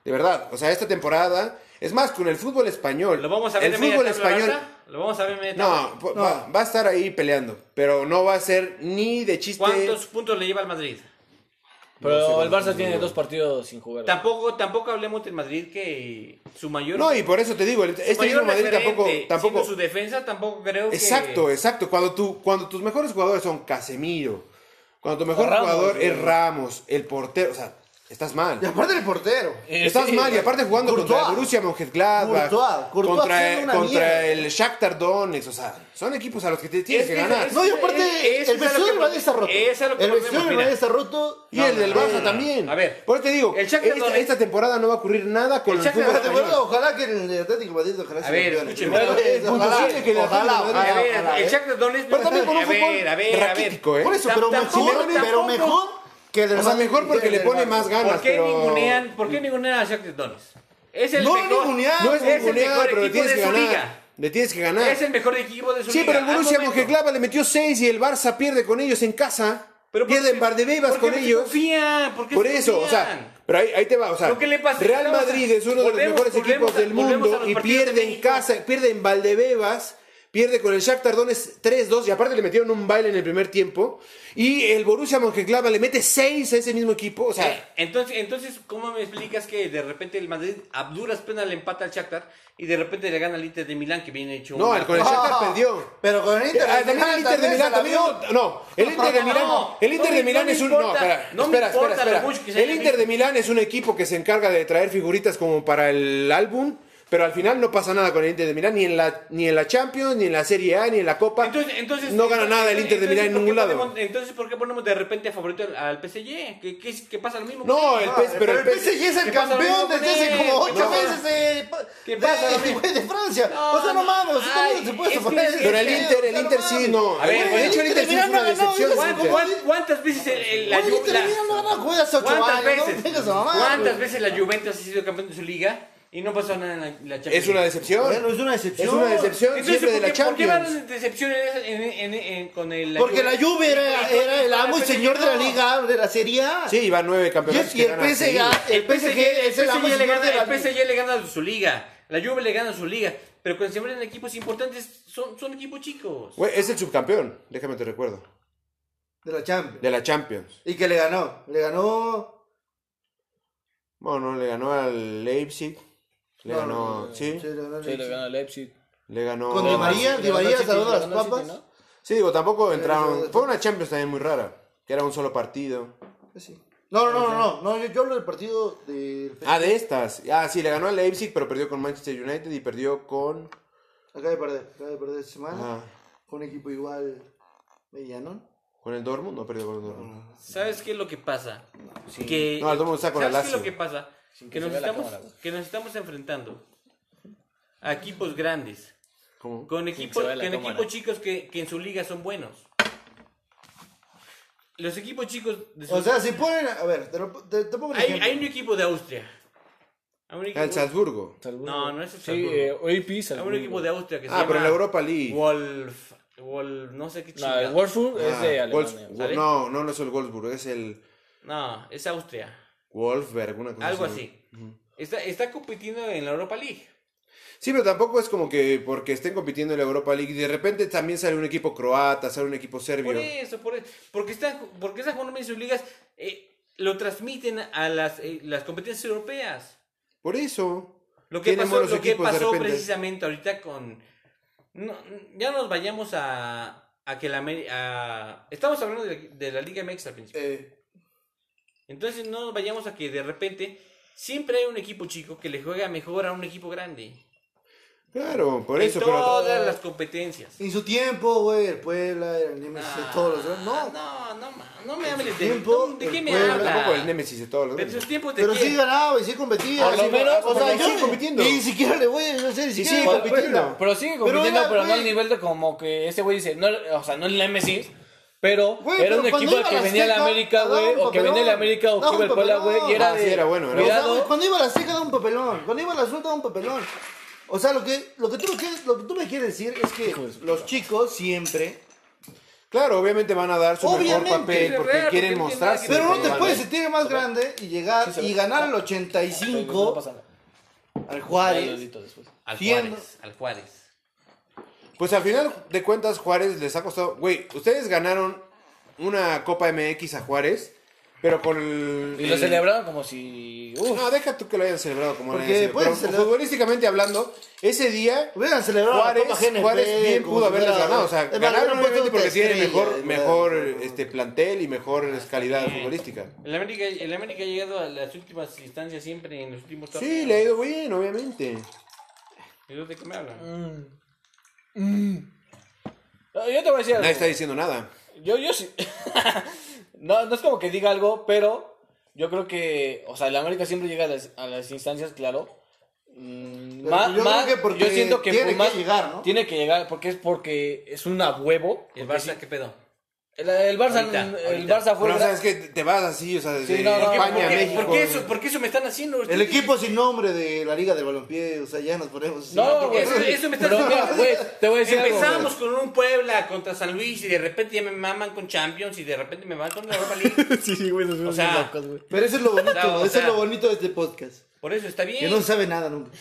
S3: De verdad. O sea, esta temporada. Es más, con el fútbol español.
S2: Lo vamos a ver
S3: El
S2: de media
S3: fútbol
S2: tabla,
S3: español.
S2: ¿verdad? Lo vamos a ver de media tabla.
S3: No, po- Va, va a estar ahí peleando, pero no va a ser ni de chiste.
S2: ¿Cuántos puntos le lleva al Madrid?
S3: No sé
S1: Pero el
S3: cuántos
S1: Barça tiene
S3: minutos.
S1: dos partidos sin jugar. güey.
S2: Tampoco, tampoco hablemos del Madrid que su mayor.
S3: No, y por eso te digo, el-
S2: su
S3: este
S2: mayor
S3: mismo Madrid
S2: referente,
S3: tampoco...
S2: siendo
S3: tampoco
S2: su defensa tampoco creo que.
S3: exacto, exacto. Cuando, tú, cuando tus mejores jugadores son Casemiro, cuando tu mejor
S1: O Ramos,
S3: jugador es
S1: güey.
S3: Ramos, el portero, o sea, estás mal.
S4: Y aparte el portero.
S1: Eh,
S3: Estás
S1: sí,
S3: mal, y
S1: güey.
S3: aparte jugando contra
S4: Courtois.
S3: el Borussia Mönchengladbach,
S4: Courtois, Courtois
S3: contra,
S4: siendo una
S3: contra
S4: mierda.
S3: el Shakhtar Donetsk, o sea, son equipos a los que te tienes
S2: Es
S3: que
S2: que-
S3: ganar.
S2: es-
S4: No, y aparte,
S2: Es- es-
S4: el
S2: es a lo
S4: vestido
S2: que
S4: del Madrid está roto.
S2: es a lo que
S4: el vestido
S2: volvemos,
S4: del
S2: mira.
S4: Madrid está roto.
S3: y
S2: No,
S3: el
S2: no,
S3: del
S2: no,
S3: Barça
S2: no, no.
S3: también.
S2: A ver,
S3: Por eso te digo, e-,
S2: el Shakhtar
S3: esta,
S2: Donetsk-
S3: esta temporada no va a ocurrir nada con
S2: El
S3: el,
S2: Shakhtar
S3: fútbol
S4: Espérate,
S3: español.
S4: bueno, ojalá que el Atlético de Madrid ojalá
S2: A ver, escuchen,
S4: Ojalá,
S2: bueno,
S3: es imposible que el
S4: ojalá,
S3: Atlético de Madrid-
S2: A
S4: ojalá,
S2: ver,
S4: ojalá,
S2: el
S4: ¿eh?
S2: Shakhtar Donetsk.
S3: Pero también con un
S2: a ver,
S3: fútbol
S2: a ver, a ver.
S3: raquítico, ¿eh?
S4: Por eso,
S2: Tam-
S4: pero
S2: tampoco-
S4: mejor, pero
S2: tampoco-
S4: mejor que el del
S3: O sea,
S4: Madrid,
S3: mejor porque
S4: que el
S3: le
S4: del
S3: pone
S4: Barça.
S3: más ganas.
S2: ¿Por qué
S3: pero-
S2: ningunean, ¿por qué ningunean a Shakhtar Donetsk? Es el
S4: No,
S2: mejor,
S4: ningunean,
S3: No es
S2: el
S3: ningunear,
S2: mejor
S3: pero le
S2: equipo
S3: tienes
S2: de
S3: que
S2: su
S3: ganar.
S2: liga.
S3: Le tienes que ganar.
S2: Es el mejor equipo de su
S3: Sí,
S2: liga.
S3: pero el
S2: al
S3: Borussia
S2: momento.
S3: Mönchengladbach le metió 6 y el Barça pierde con ellos en casa.
S2: Pero ¿por
S3: pierde
S2: qué-
S3: en Valdebebas
S2: por qué
S3: con
S2: no se
S3: ellos.
S2: Confían, ¿Por qué
S3: Por
S2: se
S3: eso, o sea,
S2: confían?
S3: pero ahí, ahí te va, o sea,
S2: Lo que le pasa-
S3: Real
S2: volvemos a-
S3: Madrid es uno de los
S2: volvemos-
S3: mejores
S2: volvemos
S3: equipos
S2: a-
S3: del
S2: volvemos a
S3: mundo
S2: los
S3: y
S2: partidos de
S3: pierde en
S2: México.
S3: casa, pierde en Valdebebas, Pierde con el Shakhtar Donetsk 3-2 y aparte le metieron un baile en el primer tiempo. Y el Borussia Mönchengladbach le mete 6 a ese mismo equipo. O sea,
S2: Eh, Entonces, entonces, ¿cómo me explicas que de repente el Madrid a duras penas le empata al Shakhtar y de repente le gana al Inter de Milán que viene hecho
S3: no,
S2: una
S3: el- con el
S2: cosa?
S3: Shakhtar perdió.
S4: Pero con el Inter.
S3: Ah,
S4: de
S3: también el
S4: Milán
S3: Inter de
S4: también se
S3: Milán,
S4: la
S3: también,
S4: vio.
S3: no, el Inter de
S2: No,
S3: Milán, el Inter
S2: no
S3: de
S2: me-
S3: Milán
S2: no me
S3: es un,
S2: importa,
S3: no, espera,
S2: no
S3: espera,
S2: me
S3: espera,
S2: importa lo
S3: espera.
S2: mucho que se
S3: El
S2: haya
S3: Inter de
S2: visto.
S3: Milán es un equipo que se encarga de traer figuritas como para el álbum, pero al final no pasa nada con el Inter de Milán, ni en la, ni en la Champions, ni en la Serie A, ni en la Copa,
S2: Entonces, entonces,
S3: no gana nada el
S2: entonces,
S3: Inter de Milán en
S2: ¿por qué
S3: ningún lado.
S2: ponemos- entonces, ¿por qué ponemos de repente a favorito al, al PSG? ¿Qué, qué, es- qué pasa lo mismo?
S3: No, el
S4: Ah,
S3: PSG, pero el PSG
S4: PSG es el
S2: ¿Qué pasa
S4: campeón
S2: lo mismo
S4: desde hace
S2: con él?
S4: como 8
S2: No.
S4: meses de,
S2: ¿Qué
S4: de-
S2: pasa lo
S4: de-
S2: mismo?
S4: de Francia.
S2: No,
S4: o sea, no
S2: no.
S4: mames, o sea, ¿cómo
S2: Ay,
S4: se puede
S2: es que-
S4: sostener?
S3: Pero el Inter, el Inter sí, no.
S2: A ver,
S3: Güey,
S2: güey,
S3: de hecho el Inter sí es
S4: Milan no
S3: una
S4: ha ganado,
S3: decepción.
S4: ¿cuál-
S3: el
S2: ¿Cuántas,
S3: Inter.
S2: cuán- cuántas veces el- el- la,
S4: Oye,
S2: Ju-
S4: te
S2: la-
S4: miran, no van a jugar hace ocho
S2: ¿Cuántas
S4: años, no
S2: veces?
S4: vengas a mamar,
S2: ¿Cuántas
S4: güey.
S2: veces la Juventus ha sido campeón de su liga y no pasó nada en la, la Champions?
S3: Es una
S4: Bueno,
S3: decepción.
S4: es una decepción.
S3: Es una decepción
S2: Entonces,
S3: siempre
S2: ¿por
S3: de
S2: qué,
S3: la
S2: ¿por qué van
S3: Champions.
S2: en decepción en esa- en- en- en- con el
S4: Porque la
S2: Juve?
S4: Juve era, era el amo y señor de la liga, de la Serie A.
S3: Sí, va nueve
S4: Y
S3: campeonatos.
S4: es que el
S3: que gana
S4: PSG,
S3: seguidos.
S4: el PSG es el amo y
S2: PSG le
S4: señor
S2: gana,
S4: de la
S2: el PSG le gana su liga, la Juve le gana su liga, pero cuando se enfrentan equipos importantes son, son equipos chicos.
S3: Güey, es el subcampeón, déjame te recuerdo,
S4: de la Champions.
S3: de la Champions.
S4: Y que le ganó. Le ganó.
S3: Bueno, le ganó al Leipzig. Le
S4: no,
S3: ganó.
S4: no, no,
S3: sí,
S4: le ganó al
S1: Sí, le
S4: Leipzig.
S1: ganó al Leipzig.
S3: le ganó.
S4: Con Di María,
S1: Le
S4: Di
S1: ganó al
S4: María
S1: City,
S4: salvó
S1: le
S4: las
S1: ganó al
S4: papas.
S1: City, ¿no?
S3: Sí, digo, tampoco
S4: sí,
S3: entraron.
S4: sí.
S3: Fue una Champions también muy rara. Que era un solo partido.
S4: Pues Sí. No, no, no, no, no, no, yo, yo hablo del partido del
S3: Ah, de estas. Ah, sí, le ganó al Leipzig, pero perdió con Manchester United y perdió con.
S4: Acaba de perder, acaba de perder esta semana.
S3: Ajá.
S4: Con un equipo igual mediano.
S3: ¿Con el Dortmund? No perdió con el Dortmund.
S2: ¿Sabes qué es lo que pasa? Que,
S3: No, el Dortmund está con la
S2: ¿Sabes qué es lo
S3: Lazio.
S2: que pasa?
S1: que se
S2: Que nos,
S1: vea la
S2: estamos,
S1: cámara, güey.
S2: que nos estamos enfrentando a equipos grandes,
S3: ¿Cómo?
S2: con
S1: se
S2: equipos,
S1: vea la
S2: con
S1: cámara.
S2: equipos chicos que, que en su liga son buenos. Los equipos chicos de su
S4: O sea, si ponen. A ver, te, lo, te, te pongo un
S2: hay,
S4: ejemplo.
S2: hay un equipo de Austria. Hay un equipo-
S3: Al Salzburgo.
S1: Salzburgo.
S2: No, no es el
S1: Sí,
S2: Salzburgo.
S1: eh, AP,
S2: Hay
S1: Salzburgo.
S2: un equipo de Austria que se
S3: Ah,
S2: llama
S3: pero en la Europa League.
S2: Wolf, Wolf, no sé qué
S1: No,
S2: chingada.
S1: el Wolfsburg es de
S3: Ah, Wolfs-
S1: Alemania.
S2: ¿sale?
S3: no, no, no es el Wolfsburg, es el
S2: No, es Austria,
S3: Wolfsberg, una cosa
S2: algo así. Está, está compitiendo en la Europa League.
S3: Sí, pero tampoco es como que porque estén compitiendo en la Europa League y de repente también sale un equipo croata, sale un equipo serbio.
S2: Por eso, por eso. Porque están, porque están jugando en sus ligas, eh, lo transmiten a las, eh, las competencias europeas.
S3: Por eso.
S2: Lo que
S3: Tienen
S2: pasó,
S3: buenos
S2: lo que
S3: equipos de
S2: pasó
S3: repente.
S2: precisamente ahorita con. no, ya nos vayamos a, a que la. Ameri- a- estamos hablando de, de la Liga MX al principio.
S4: Eh,
S2: Entonces no nos vayamos a que de repente siempre hay un equipo chico que le juega mejor a un equipo grande.
S3: Claro, por
S2: en
S3: eso. Pero,
S2: todas las competencias.
S4: en su tiempo, güey, el Puebla, el Nemesis,
S2: Ah,
S4: todos los demás. No,
S2: no, no, ma- no me hables de
S4: tiempo,
S2: no, ¿De qué
S4: el
S2: me
S4: Puebla-
S3: pero tampoco el
S2: hablas?
S3: Nemesis de todos los
S2: De
S3: grandes.
S2: tus tiempos de
S4: Pero
S2: qué?
S4: sí ganaba y sí competía.
S1: Por lo
S4: Sí,
S1: menos,
S4: o
S1: por
S4: sea,
S1: lo
S4: yo
S3: menos compitiendo.
S4: Y ni siquiera le voy a hacer, ni
S3: Sí,
S4: siquiera.
S3: sí,
S4: güey.
S3: compitiendo.
S1: Pero sigue
S4: Pero
S1: compitiendo,
S4: era,
S1: pero, no
S4: güey.
S1: al nivel de como que ese güey dice, no, o sea, no el Nemesis, pero
S4: Güey,
S1: era
S4: pero
S1: un
S4: cuando
S1: equipo al
S4: iba
S1: que
S4: la
S1: venía la
S4: Azteca,
S1: América,
S4: daba
S1: güey,
S4: un
S1: o que venía la
S4: papelón,
S1: América o
S4: daba
S1: que iba
S4: un
S1: el Puebla, güey, y era
S3: Ah,
S1: de
S3: sí, era bueno, era
S4: O sea,
S1: cuidado.
S4: güey, cuando iba a la seca daba un papelón. Cuando iba a la azul daba un papelón. O sea, lo que, lo, que tú, me quieres- lo que tú me quieres decir es que
S1: Hijo de su
S4: los
S1: puta.
S4: chicos siempre.
S3: Claro, obviamente van a dar su
S4: Obviamente,
S3: mejor papel
S2: es
S3: porque
S2: verdad,
S3: quieren
S2: porque
S3: mostrarse.
S2: tiene
S4: Pero no te
S3: Van a-
S4: puedes sentir más grande y llegar
S1: Sí, se ve.
S4: y ganar el
S1: Güey, no pasa
S4: 85
S1: nada.
S4: al
S1: Ahí lo
S4: Juárez.
S1: edito después.
S2: Al
S4: Siendo-
S2: Juárez, al Juárez.
S3: Pues al final de cuentas, Juárez les ha costado. Güey, ustedes ganaron una Copa MX a Juárez, pero con el.
S1: Y lo
S3: el-
S1: celebraron como si. Uf,
S3: No, deja tú que lo hayan celebrado como lo
S4: Porque
S3: hayan celebrado.
S4: pueden
S3: Pero
S4: celebrar-
S3: futbolísticamente hablando, ese día
S4: Hubieran celebrado la
S3: Juárez,
S4: Copa GNP,
S3: Juárez bien
S4: como
S3: pudo
S4: si
S3: haberles
S4: fuera-
S3: ganado. O sea,
S4: Es más,
S3: ganaron
S4: hubieran puesto
S3: obviamente porque
S4: otra
S3: tiene mejor,
S4: estrella,
S3: mejor
S4: ¿verdad?
S3: este, plantel y mejor calidad futbolística.
S2: El América, el América ha llegado a las últimas instancias siempre en los últimos
S3: Sí, le ha ido bien, obviamente.
S2: ¿Y de qué me hablan?
S1: mm, mm. No, Yo te voy a decir algo.
S3: Nadie está diciendo nada.
S1: Yo, yo sí. no, no es como que diga algo, pero yo creo que, o sea, el América siempre llega a las, a las instancias, claro. Mm,
S4: Pero
S1: Más,
S4: yo creo
S1: más-
S4: que porque
S1: yo siento que
S4: tiene que
S1: Pumas
S4: llegar, ¿no?
S1: tiene que llegar, porque es porque es una huevo.
S2: ¿Y el
S1: porque
S2: Barça
S1: sí.
S2: qué pedo?
S1: el, el Barça,
S2: Ahorita,
S1: el
S2: ahorita.
S1: Barça fue
S3: Pero, o
S1: gra-
S3: sea, es que te vas así, o sea, desde
S1: no, no,
S3: España,
S2: ¿Por
S1: España,
S2: qué,
S3: México.
S2: por qué eso, por qué eso me están haciendo?
S4: El equipo sin nombre de la Liga de Balompié, o sea, ya nos ponemos. así.
S1: No, güey.
S2: Eso- eso me está
S1: pero,
S2: haciendo-
S1: güey, te voy a decir algo, güey.
S2: Empezamos con un Puebla contra San Luis y de repente ya me maman con Champions y de repente me maman con la Europa League.
S1: Sí, sí, güey, nos vemos
S2: sea,
S1: bien locos, güey.
S4: Pero eso es lo bonito,
S2: No, o
S4: eso
S2: sea-
S4: es lo bonito de este podcast.
S2: Por eso está
S4: Que
S2: bien.
S4: no sabe nada nunca.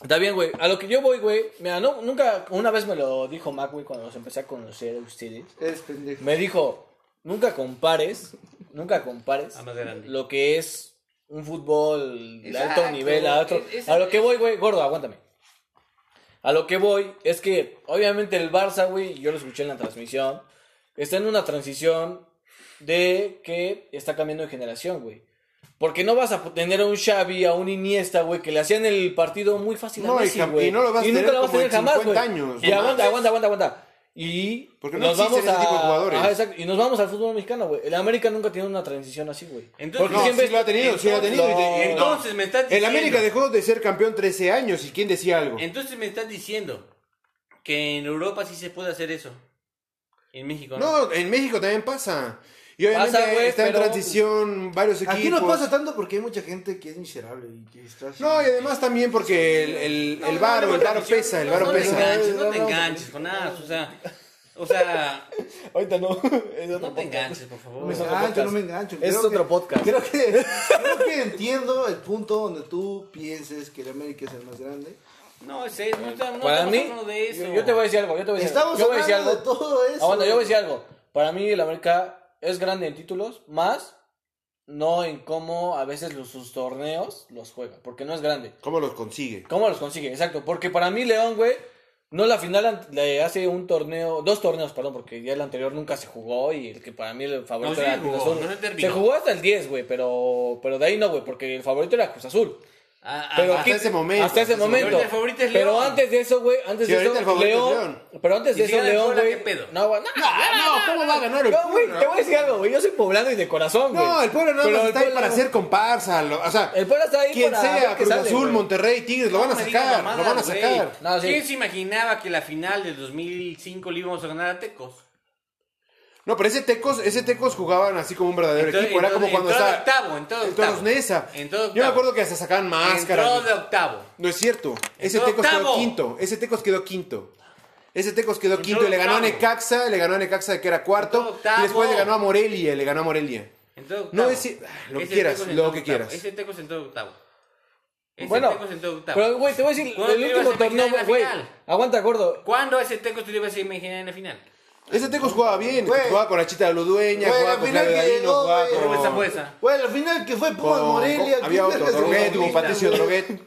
S1: Está bien, güey. A lo que yo voy, güey. Mira, no, nunca, una vez me lo dijo Mac, güey, cuando los empecé a conocer a ustedes.
S4: Es pendejo.
S1: Me dijo, nunca compares, nunca compares
S2: A Ah, más grande.
S1: lo que es un fútbol de
S5: Exacto,
S1: alto nivel a otro.
S5: es- es-
S1: a lo que voy, güey, gordo, aguántame. A lo que voy es que, obviamente, el Barça, güey, yo lo escuché en la transmisión, está en una transición de que está cambiando de generación, güey. Porque no vas a tener a un Xavi, a un Iniesta, güey, que le hacían el partido muy fácil
S3: No,
S1: a
S3: y
S1: Messi,
S3: jam- y
S1: güey.
S3: no lo vas a
S1: nunca
S3: tener
S1: lo vas a
S3: como
S1: tener
S3: en
S1: jamás,
S3: 50
S1: güey.
S3: años,
S1: Y
S3: no
S1: aguanta,
S3: mames.
S1: aguanta, aguanta, aguanta. Y
S3: Porque no existen ese tipo de jugadores.
S1: Ajá, exacto. Y nos vamos al fútbol mexicano, güey. El América nunca tiene una transición así, güey.
S2: Entonces-
S1: Porque
S3: No,
S1: siempre
S3: sí lo ha tenido, sí lo ha tenido. y te- y- no.
S2: Entonces me estás
S3: El
S2: diciendo.
S3: América dejó de ser campeón 13 años. ¿Y quién decía algo?
S2: Entonces me estás diciendo que en Europa sí se puede hacer eso. En México no.
S3: No, en México también pasa. Y obviamente
S1: Pasa, güey,
S3: está en
S1: pero-
S3: transición varios equipos.
S4: Aquí no pasa tanto porque hay mucha gente que es miserable y que está así.
S3: No, y además también porque el, el, el varo, el varo pesa, el varo
S2: no
S3: pesa.
S2: Te enganches, no te enganches con nada. O sea, o sea
S1: Ahorita no. Es otro
S2: no te
S1: podcast.
S2: enganches, por
S4: No me
S1: Es
S2: favor.
S1: otro
S4: engancho,
S1: podcast.
S4: no me engancho.
S1: Es
S4: Creo
S1: otro
S4: que-
S1: podcast.
S4: Creo que, creo que entiendo el punto donde tú pienses que el América es el más grande.
S2: No, es eso. No, está- no
S1: Para
S2: estamos
S1: mí,
S2: hablando de eso.
S1: yo, yo te voy a decir algo. Yo te voy a decir algo.
S4: Estamos
S1: Yo voy a decir
S4: hablando
S1: algo.
S4: de todo eso.
S1: Aguanta, yo voy a decir algo. Para mí, el América es grande en títulos, más no en cómo a veces los, sus torneos los juega. Porque no es grande.
S3: ¿Cómo los consigue?
S1: ¿Cómo los consigue? Exacto. Porque para mí, León, güey, no la final ant- le hace un torneo, dos torneos, perdón, porque ya el anterior nunca se jugó y el que para mí el favorito
S2: No, sí
S1: era
S2: se jugó,
S1: Cruz Azul.
S2: no se
S1: se
S2: terminó.
S1: jugó hasta el 10, güey, pero, pero de ahí no, güey, porque el favorito era Cruz Azul.
S2: Ah, ah,
S1: Pero
S3: hasta
S1: aquí-
S3: ese momento,
S1: Hasta ese
S3: hasta ese momento.
S1: momento.
S2: Ahorita el favorito es
S1: Pero
S2: León.
S1: antes de eso, güey, antes
S3: Sí,
S1: de eso,
S3: ahorita el favorito es
S1: León,
S3: León.
S1: Pero antes
S2: Y
S1: de
S2: si
S1: eso,
S2: gana el
S1: León,
S2: Puebla,
S1: güey.
S2: ¿qué pedo?
S1: No, güey, no,
S3: Ah, no, ¿cómo va a ganar el
S1: No, güey,
S3: Puebla?
S1: te voy a decir algo, güey. Yo soy poblano y de corazón, güey.
S3: No, el pueblo no
S1: Pero
S3: más
S1: el
S3: está ahí
S1: Puebla-
S3: para hacer comparsa. lo- o sea,
S1: El pueblo está ahí
S3: quien
S1: para
S3: sea,
S1: ver qué
S3: Cruz
S1: sale,
S3: Azul,
S1: güey.
S3: Monterrey, Tigres, lo van a
S2: No me
S3: sacar,
S2: digas
S3: lo van a
S2: mamadas, güey.
S3: sacar.
S1: No, sí.
S2: ¿Quién se imaginaba que la final del 2005 le íbamos a ganar a Tecos?
S3: No, pero ese Tecos, ese Tecos jugaban así como un verdadero
S2: Entonces-
S3: equipo. Era como cuando
S2: entonces- entró de
S3: estaba
S2: octavo, entró de
S3: el Toros
S2: octavo.
S3: Neza.
S2: Entró de
S3: Yo me
S2: octavo.
S3: acuerdo que hasta sacaban
S2: Entró
S3: máscaras.
S2: de octavo.
S3: No es cierto. Ese
S2: Entró
S3: Tecos quedó
S2: octavo.
S3: quinto. Ese Tecos quedó quinto. Ese Tecos quedó
S2: Entró
S3: quinto y le ganó a
S2: octavo.
S3: Necaxa, le ganó a Necaxa que era
S2: Entró
S3: cuarto.
S2: octavo.
S3: Y después le ganó a Morelia, le ganó a Morelia.
S2: Entró de
S3: No,
S2: octavo.
S3: ese- ah, lo que
S2: Ese
S3: quieras,
S2: Tecos
S3: lo
S2: entró
S3: que
S2: octavo.
S3: quieras.
S2: Ese Tecos entró de octavo. Ese
S1: Bueno,
S2: Tecos entró de octavo.
S1: pero güey, te voy a decir,
S2: ¿Cuándo
S1: el
S2: te
S1: último
S2: ibas a imaginar
S1: torneo,
S2: en la
S1: güey.
S2: final?
S1: Aguanta, gordo.
S2: ¿Cuándo a ese Tecos tú le ibas a imaginar en la final?
S3: Ese Tecos jugaba bien,
S4: Güey.
S3: jugaba con la chita de Ludueña,
S4: Güey,
S3: jugaba
S4: al
S3: con
S4: final
S3: Claudio
S4: que
S3: Daino,
S4: llegó,
S3: jugaba
S4: güey.
S2: Pero
S3: con...
S2: esa fue esa.
S4: Güey, al final que fue Pumas
S3: con-
S4: Morelia.
S3: con- había
S4: ¿quién
S3: otro,
S4: verga se
S3: Droguet,
S4: lo
S3: con Patricio
S4: güey?
S3: Droguet.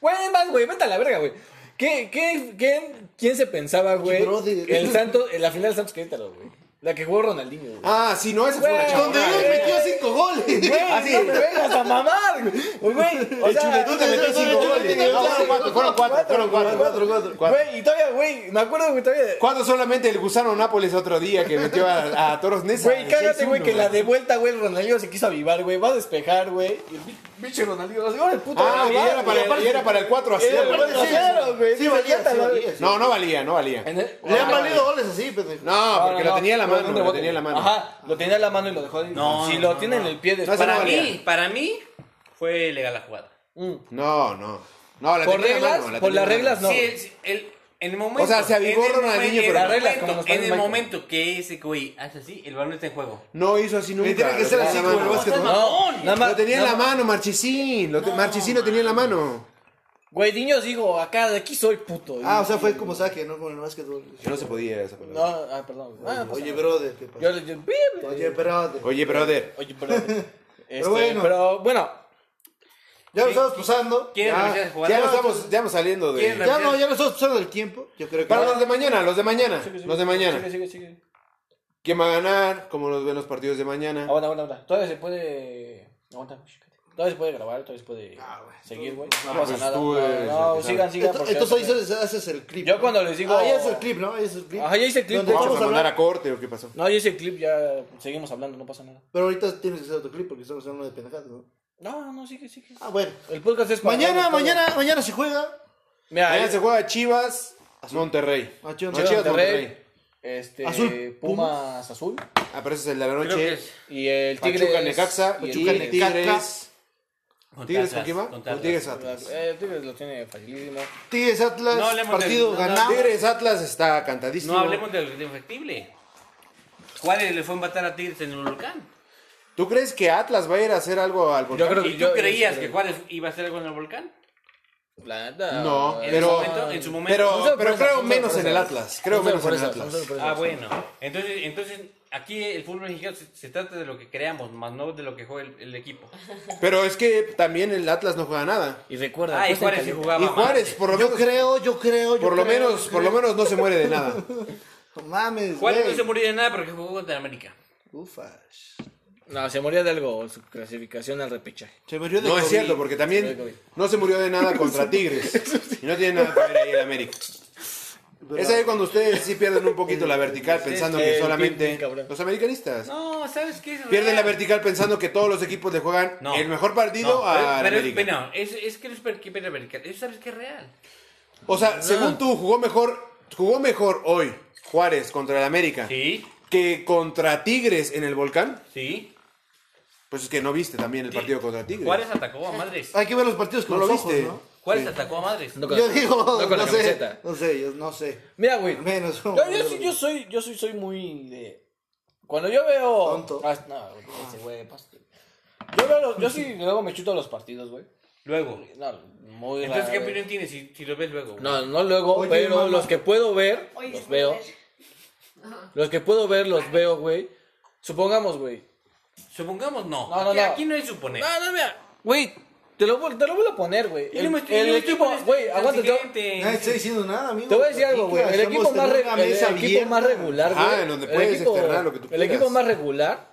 S1: Güey, más, güey, vete a la verga, güey. ¿Qué, qué, qué, ¿Quién se pensaba, güey?
S4: brother.
S1: El Santos, en la final del Santos Querétaro, güey. La que jugó Ronaldinho, güey.
S3: Ah, sí, no, esa fue una
S1: Güey,
S3: chamba.
S4: Donde él metió cinco goles.
S1: Güey,
S3: así.
S1: no me vengas a mamar, güey. Güey, o
S3: Ah, El
S1: sea,
S3: chuletón te metió
S4: no,
S3: cinco
S4: no,
S3: goles.
S4: no,
S3: No,
S4: no,
S3: fueron cuatro, fueron cuatro, fueron cuatro.
S4: Cuatro, cuatro.
S1: Güey, y todavía, güey, me acuerdo que todavía.
S3: Cuando solamente el gusano Nápoles otro día que metió a, a Toros Neza.
S1: Güey, cágate, güey, que la
S3: de...
S1: de vuelta, güey, el Ronaldinho se quiso avivar, güey. Va a despejar, güey. Y el bicho Ronaldinho, así, ahora el puto.
S3: Ah,
S1: güey,
S3: y era para,
S1: güey.
S3: y era para el 4 a
S1: Era
S3: 0.
S1: el cuatro a cero, güey.
S4: Sí, valía,
S1: Cágate,
S4: sí,
S1: la-
S4: valía.
S3: No, no valía, no valía.
S1: En el-
S4: Le han
S1: Ah,
S4: valido goles así, pendejo.
S3: No, porque
S1: No, no,
S3: lo tenía en la
S1: no,
S3: mano,
S1: no,
S3: lo
S1: no,
S3: tenía en la mano.
S1: Ajá, lo tenía en la mano y lo dejó ahí.
S2: No,
S1: si
S2: no,
S1: lo
S2: no,
S1: tiene
S2: no.
S1: en el pie
S3: No,
S1: después.
S3: ese no
S2: Para
S3: valía.
S2: mí, para mí, fue legal la jugada.
S1: Mm.
S3: No, no. No, la
S1: Por
S3: tenía en la
S1: reglas,
S3: mano, la
S1: por
S3: tenía
S1: las
S3: en la
S1: reglas,
S3: mano.
S1: No.
S2: Sí, el, sí, el- en el momento.
S3: O sea, se avivó
S2: en el
S3: Ronaldinho,
S2: momento-
S3: pero
S2: en el
S1: las reglas,
S2: momento-
S1: como los
S2: En
S1: padres
S2: el
S1: Michael.
S2: momento que ese güey hace así, el balón está en juego.
S3: No hizo así nunca.
S4: tiene que
S3: lo
S4: ser
S3: tenía
S4: así
S3: en la
S4: como
S3: mano.
S4: el básquet.
S2: No, mamón.
S1: Pues nada más-
S3: Lo tenía en
S1: nada
S3: la
S1: más-
S3: mano, Marchesín. Lo te- Marchesín lo tenía en la mano.
S1: Güey, niños dijo, acá de aquí soy puto. Y-
S4: Ah, o sea, fue como saque, ¿no? Con el básquetbol.
S3: Yo no se podía esa
S1: No,
S3: palabra.
S1: ah, perdón. güey. Ah,
S4: Oye,
S1: pasa.
S4: brother, ¿qué pasa?
S1: Yo le dije, "Bip".
S4: Oye, brother.
S3: Oye, brother.
S1: Oye, perdón. Este,
S4: bueno.
S1: Pero bueno,
S4: Ya lo estamos pasando.
S2: ¿Quieren
S3: Ah,
S2: revisar esa jugada?
S3: ya, no estamos, ya estamos saliendo
S2: ¿Quién
S3: de...
S2: la-
S4: Ya no, ya lo estamos pasando el tiempo. Yo creo que.
S3: Para los de mañana, los de mañana.
S1: sigue, sigue,
S3: Los de mañana.
S1: Sigue, sigue, sigue.
S3: ¿Quién va a ganar? ¿Cómo nos ven los partidos de mañana?
S1: Aguanta, aguanta, aguanta. Todavía se puede. Aguanta, chécate. Todavía se puede grabar, todavía se puede
S4: Ah, güey.
S1: seguir, güey.
S4: Ah,
S1: No pasa
S3: pues
S1: nada.
S3: tú eres
S1: No,
S3: el
S1: no,
S3: que
S1: sigan, sigan.
S4: Esto-
S1: porque
S4: Esto
S1: ahorita-
S4: dices, haces el clip.
S1: Yo
S4: ¿no?
S1: cuando les digo-
S4: Ah, ya es el clip, ¿no? Ahí es el clip.
S1: Ajá, ya hice el clip.
S4: Donde
S1: ¿Cómo
S3: ¿Vamos
S4: estamos
S3: a mandar
S4: hablando-
S3: a corte o qué pasó?
S1: No, y ese clip ya seguimos hablando, no pasa nada.
S4: Pero ahorita tienes que hacer otro clip porque estamos hablando de pendejadas, ¿no?
S1: No, no, sigue, sigue.
S4: Ah, bueno.
S1: El podcast es para hablar
S4: Mañana,
S1: de todo.
S4: mañana, mañana se juega.
S1: Mira,
S3: Mañana
S1: es-
S3: se juega Chivas, Monterrey.
S4: Ah,
S3: No,
S4: Chivas,
S1: Chivas
S3: Chivas, Monterrey.
S1: Monterrey. Este,
S4: Azul,
S1: Pumas Azul
S3: Ah, pero ese es el de la
S2: Creo que
S3: noche.
S2: es.
S1: y el Tigres
S3: Pachuca, Necaxa.
S1: y el
S3: Pachuca,
S1: Tigres.
S3: Tigres.
S2: Contra
S3: ¿Tigres con
S2: Atlas,
S3: quién va?
S2: contra
S3: Con
S2: Atlas.
S3: Tigres Atlas.
S1: Eh, Tigres lo tiene facilísimo.
S4: Tigres Atlas,
S2: No hablemos
S4: partido
S2: del- no, no,
S4: ganado.
S3: Tigres Atlas está cantadísimo.
S2: No hablemos del del factible. Juárez le fue a empatar a Tigres en el volcán.
S3: ¿Tú crees que Atlas va a ir a hacer algo al volcán?
S1: Yo creo-
S2: ¿Y tú
S1: yo-
S2: creías
S1: yo-
S2: que Juárez iba a hacer algo en el volcán?
S1: La neta.
S3: No,
S2: En,
S1: en
S3: pero-
S2: su momento, en su momento.
S3: Pero,
S1: Son
S3: pero
S1: sorpresas,
S3: creo
S1: son
S3: menos en el
S1: sorpresas.
S3: Atlas. Creo
S1: Son
S3: menos en el
S1: sorpresas, son
S3: Atlas.
S1: sorpresas.
S2: Ah, bueno. Entonces, entonces aquí el fútbol mexicano se, se trata de lo que creamos, más no de lo que juega el, el equipo.
S3: Pero es que también el Atlas no juega nada.
S1: Y recuerda,
S2: Ah, y
S1: apuesta
S2: Juárez sí
S1: caliente.
S2: jugaba.
S3: Y
S2: más.
S3: Juárez, por lo
S4: Yo
S3: menos,
S4: creo, yo creo, yo
S3: por lo
S4: creo,
S3: menos,
S4: yo
S3: por lo
S4: creo.
S3: menos no se muere de nada.
S4: No mames,
S2: Juárez no
S4: güey.
S2: se murió de nada porque jugó contra América.
S4: Ufa.
S1: No, se moría de algo su clasificación al repechaje.
S4: Se murió de
S3: No es
S4: COVID.
S3: cierto, porque también no se murió de nada contra Tigres. Y no tiene nada que ver ahí el América.
S4: Pero-
S3: Es ahí cuando ustedes sí pierden un poquito la vertical pensando que
S1: el
S3: solamente
S1: picnic, cabrón.
S3: los americanistas.
S2: No, ¿sabes qué? Es
S3: Pierden la
S2: real.
S3: vertical pensando que todos los equipos le juegan
S2: No.
S3: el mejor partido
S2: No,
S3: a
S2: pero, pero,
S3: América.
S2: pero no, es, es que no es per- que per- vertical, eso sabes que es real.
S3: O sea, según tú, jugó mejor, jugó mejor hoy Juárez contra el América
S2: Sí,
S3: que contra Tigres en el volcán.
S2: sí.
S3: Pues es que no viste también el partido contra Tigres. Ah,
S2: Juárez atacó a madres.
S4: Hay que ver los partidos con
S3: ¿No lo
S4: los ojos,
S3: viste?
S4: ¿no?
S2: Juárez atacó a madres.
S1: No con-
S4: Yo digo,
S1: no
S4: no,
S1: con la
S4: sé,
S1: camiseta.
S4: no sé, yo no sé.
S1: Mira, güey.
S4: Menos.
S1: Yo, yo sí- yo soy, yo soy, soy muy de. Cuando yo veo.
S4: Tonto.
S1: Ah, no, güey, ese güey, pas- Yo veo los- yo sí luego me chuto los partidos, güey.
S2: Luego.
S1: No, muy
S2: Entonces,
S1: raro,
S2: ¿qué
S1: güey.
S2: opinión tienes si, si lo ves luego?
S1: No, no luego,
S4: Oye,
S1: pero
S4: mamá.
S1: los que puedo ver,
S5: Oye,
S1: los
S5: sí,
S1: veo.
S5: a ver. Ajá.
S1: Los que puedo ver, los veo, güey. Supongamos, güey.
S2: Supongamos no.
S1: No, no,
S2: aquí,
S1: no.
S2: aquí no hay suponer.
S1: No, no, mira. Güey, te lo, vu- te lo vuelvo a poner, güey.
S2: Y no
S1: El,
S2: me estoy-
S1: el
S2: no me estoy
S1: equipo,
S2: poniendo
S1: güey,
S2: tan
S1: aguanta. Te,
S2: exigente.
S4: Nadie está diciendo nada, amigo.
S1: te voy a decir algo, güey.
S4: Platica,
S1: El equipo
S4: estamos
S1: más, re-
S4: en una
S1: el
S4: mesa
S1: equipo
S4: abierta.
S1: más regular,
S3: Ah,
S1: güey.
S3: en donde
S1: el
S3: puedes
S1: equipo-
S3: externar lo que tú
S1: El equipo
S3: quieras.
S1: más regular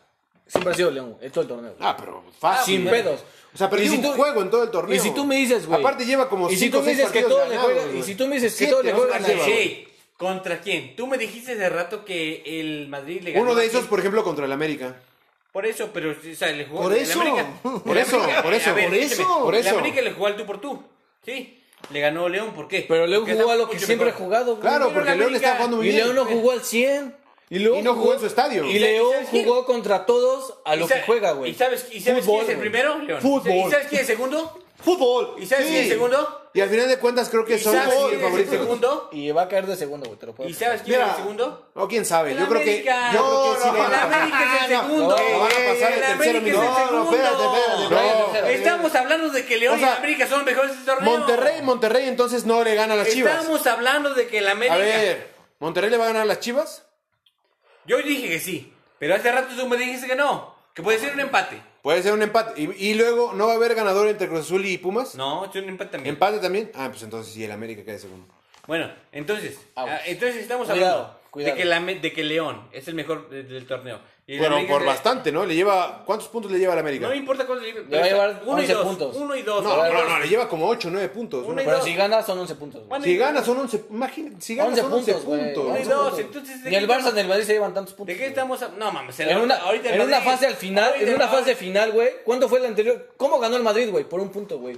S1: siempre ha sido León, en todo el torneo. güey.
S3: Ah, pero fácil.
S1: Sin
S3: güey.
S1: pedos.
S3: O sea, perdió
S1: Y si
S3: un
S1: tú-
S3: juego en todo el torneo.
S1: Y si tú me dices, güey.
S3: Aparte lleva como
S1: y si
S3: cinco
S1: tú me dices que
S3: partidos
S1: todo le
S3: ganados,
S1: juega-
S3: güey.
S1: Y si tú me dices que
S3: Siete,
S1: todo le
S3: ¿no?
S1: juega
S2: Contra
S3: Ganados,
S1: Sí.
S2: quién? ¿Contra quién? Tú me dijiste hace rato que el Madrid le ganó.
S3: Uno de
S2: a
S3: esos,
S2: quién?
S3: por ejemplo, contra el América.
S2: Por eso, pero o sea, le jugó
S4: Por
S2: el
S4: eso.
S2: América-
S4: Por
S2: el
S3: eso,
S2: América-
S3: por eso,
S2: a ver,
S4: por
S2: escúchame,
S4: eso,
S3: por
S2: el
S3: eso.
S2: América le jugó al tú por tú. Sí. Le ganó León, ¿por qué?
S1: Pero León
S2: Porque
S1: jugó a
S2: estaba
S1: lo que
S2: mucho
S1: siempre ha
S2: mejor.
S1: jugado, güey.
S3: Claro,
S2: Pero
S3: porque
S2: el
S3: León le está
S2: América-
S3: jugando muy
S1: Y
S3: bien.
S1: León no jugó al 100. Y, León
S3: Y no jugó en su estadio.
S1: Y León
S2: ¿Y sabes
S1: jugó contra todos a
S2: ¿Y
S1: lo
S2: sa-
S1: que juega, güey.
S2: ¿Y sabes, y sabes
S1: Fútbol,
S2: quién es el
S1: güey.
S2: primero, León?
S3: Fútbol.
S2: ¿Y sabes quién es el segundo?
S3: ¡Fútbol!
S2: ¿Y sabes quién es el segundo?
S3: Y al final de cuentas creo que
S2: ¿Y
S3: son
S2: sabes
S3: los
S2: quién es el
S3: favoritos.
S2: segundo?
S1: Y va a caer de segundo, güey, te lo puedo
S2: ¿Y
S1: apostar.
S2: sabes quién es el
S3: Mira.
S2: segundo?
S3: No, quién sabe.
S2: El
S3: Yo creo que.
S2: América.
S3: Yo
S2: Porque
S3: creo que
S2: si
S3: sí
S2: el
S3: le-
S2: América es
S3: Ah,
S2: el
S3: no,
S2: segundo.
S3: lo van a pasar
S2: El
S3: el tercero
S2: América es el
S3: minuto.
S4: No, no, espérate,
S2: segundo.
S4: espérate.
S1: No.
S4: espérate, espérate.
S2: Estamos hablando de que León
S3: O sea,
S2: y América son los mejores de este torneo.
S3: Monterrey, Monterrey entonces no le gana a las Chivas.
S2: Estamos hablando de que el América.
S3: A ver, ¿Monterrey le va a ganar a las Chivas?
S2: Yo dije que sí, pero hace rato tú me dijiste que no, que puede ser un empate.
S3: Puede ser un empate. Y, y luego, ¿no va a haber ganador entre Cruz Azul y Pumas?
S2: No, es un empate también.
S3: ¿Empate también? Ah, pues entonces sí, el América cae segundo.
S2: bueno, entonces,
S1: Aguas.
S2: ah, entonces estamos
S1: Cuidado,
S2: hablando
S1: cuidado.
S2: de que la me- de que León es el mejor de- del torneo. Y el
S3: Bueno,
S2: América
S3: por
S2: se-
S3: bastante, ¿no? Le lleva... ¿Cuántos puntos le lleva al América?
S2: No me importa cuánto le
S1: va a llevar
S2: uno y
S1: 11
S2: dos,
S1: puntos.
S2: uno y dos.
S3: No, no, no, le lleva como 8, 9 puntos. ¿no?
S2: Uno y
S1: Pero
S2: dos.
S1: si gana son 11 puntos, güey.
S2: Bueno,
S3: Si gana son 11, imagínate, si gana
S1: 11
S3: son 11
S1: puntos, güey.
S3: puntos.
S2: Uno y
S1: Once
S2: dos,
S1: puntos.
S2: entonces, ¿de
S1: Ni el
S2: qué
S1: Barça ni el Madrid se llevan tantos puntos.
S2: ¿De qué
S1: güey.
S2: estamos hablando? No mames, el-
S1: En una,
S2: ahorita el
S1: en una
S2: Madrid-
S1: fase al final,
S2: ahorita
S1: en una
S2: el Madrid-
S1: fase final, güey. ¿Cuándo fue el anterior? ¿Cómo ganó el Madrid, güey? Por un punto, güey.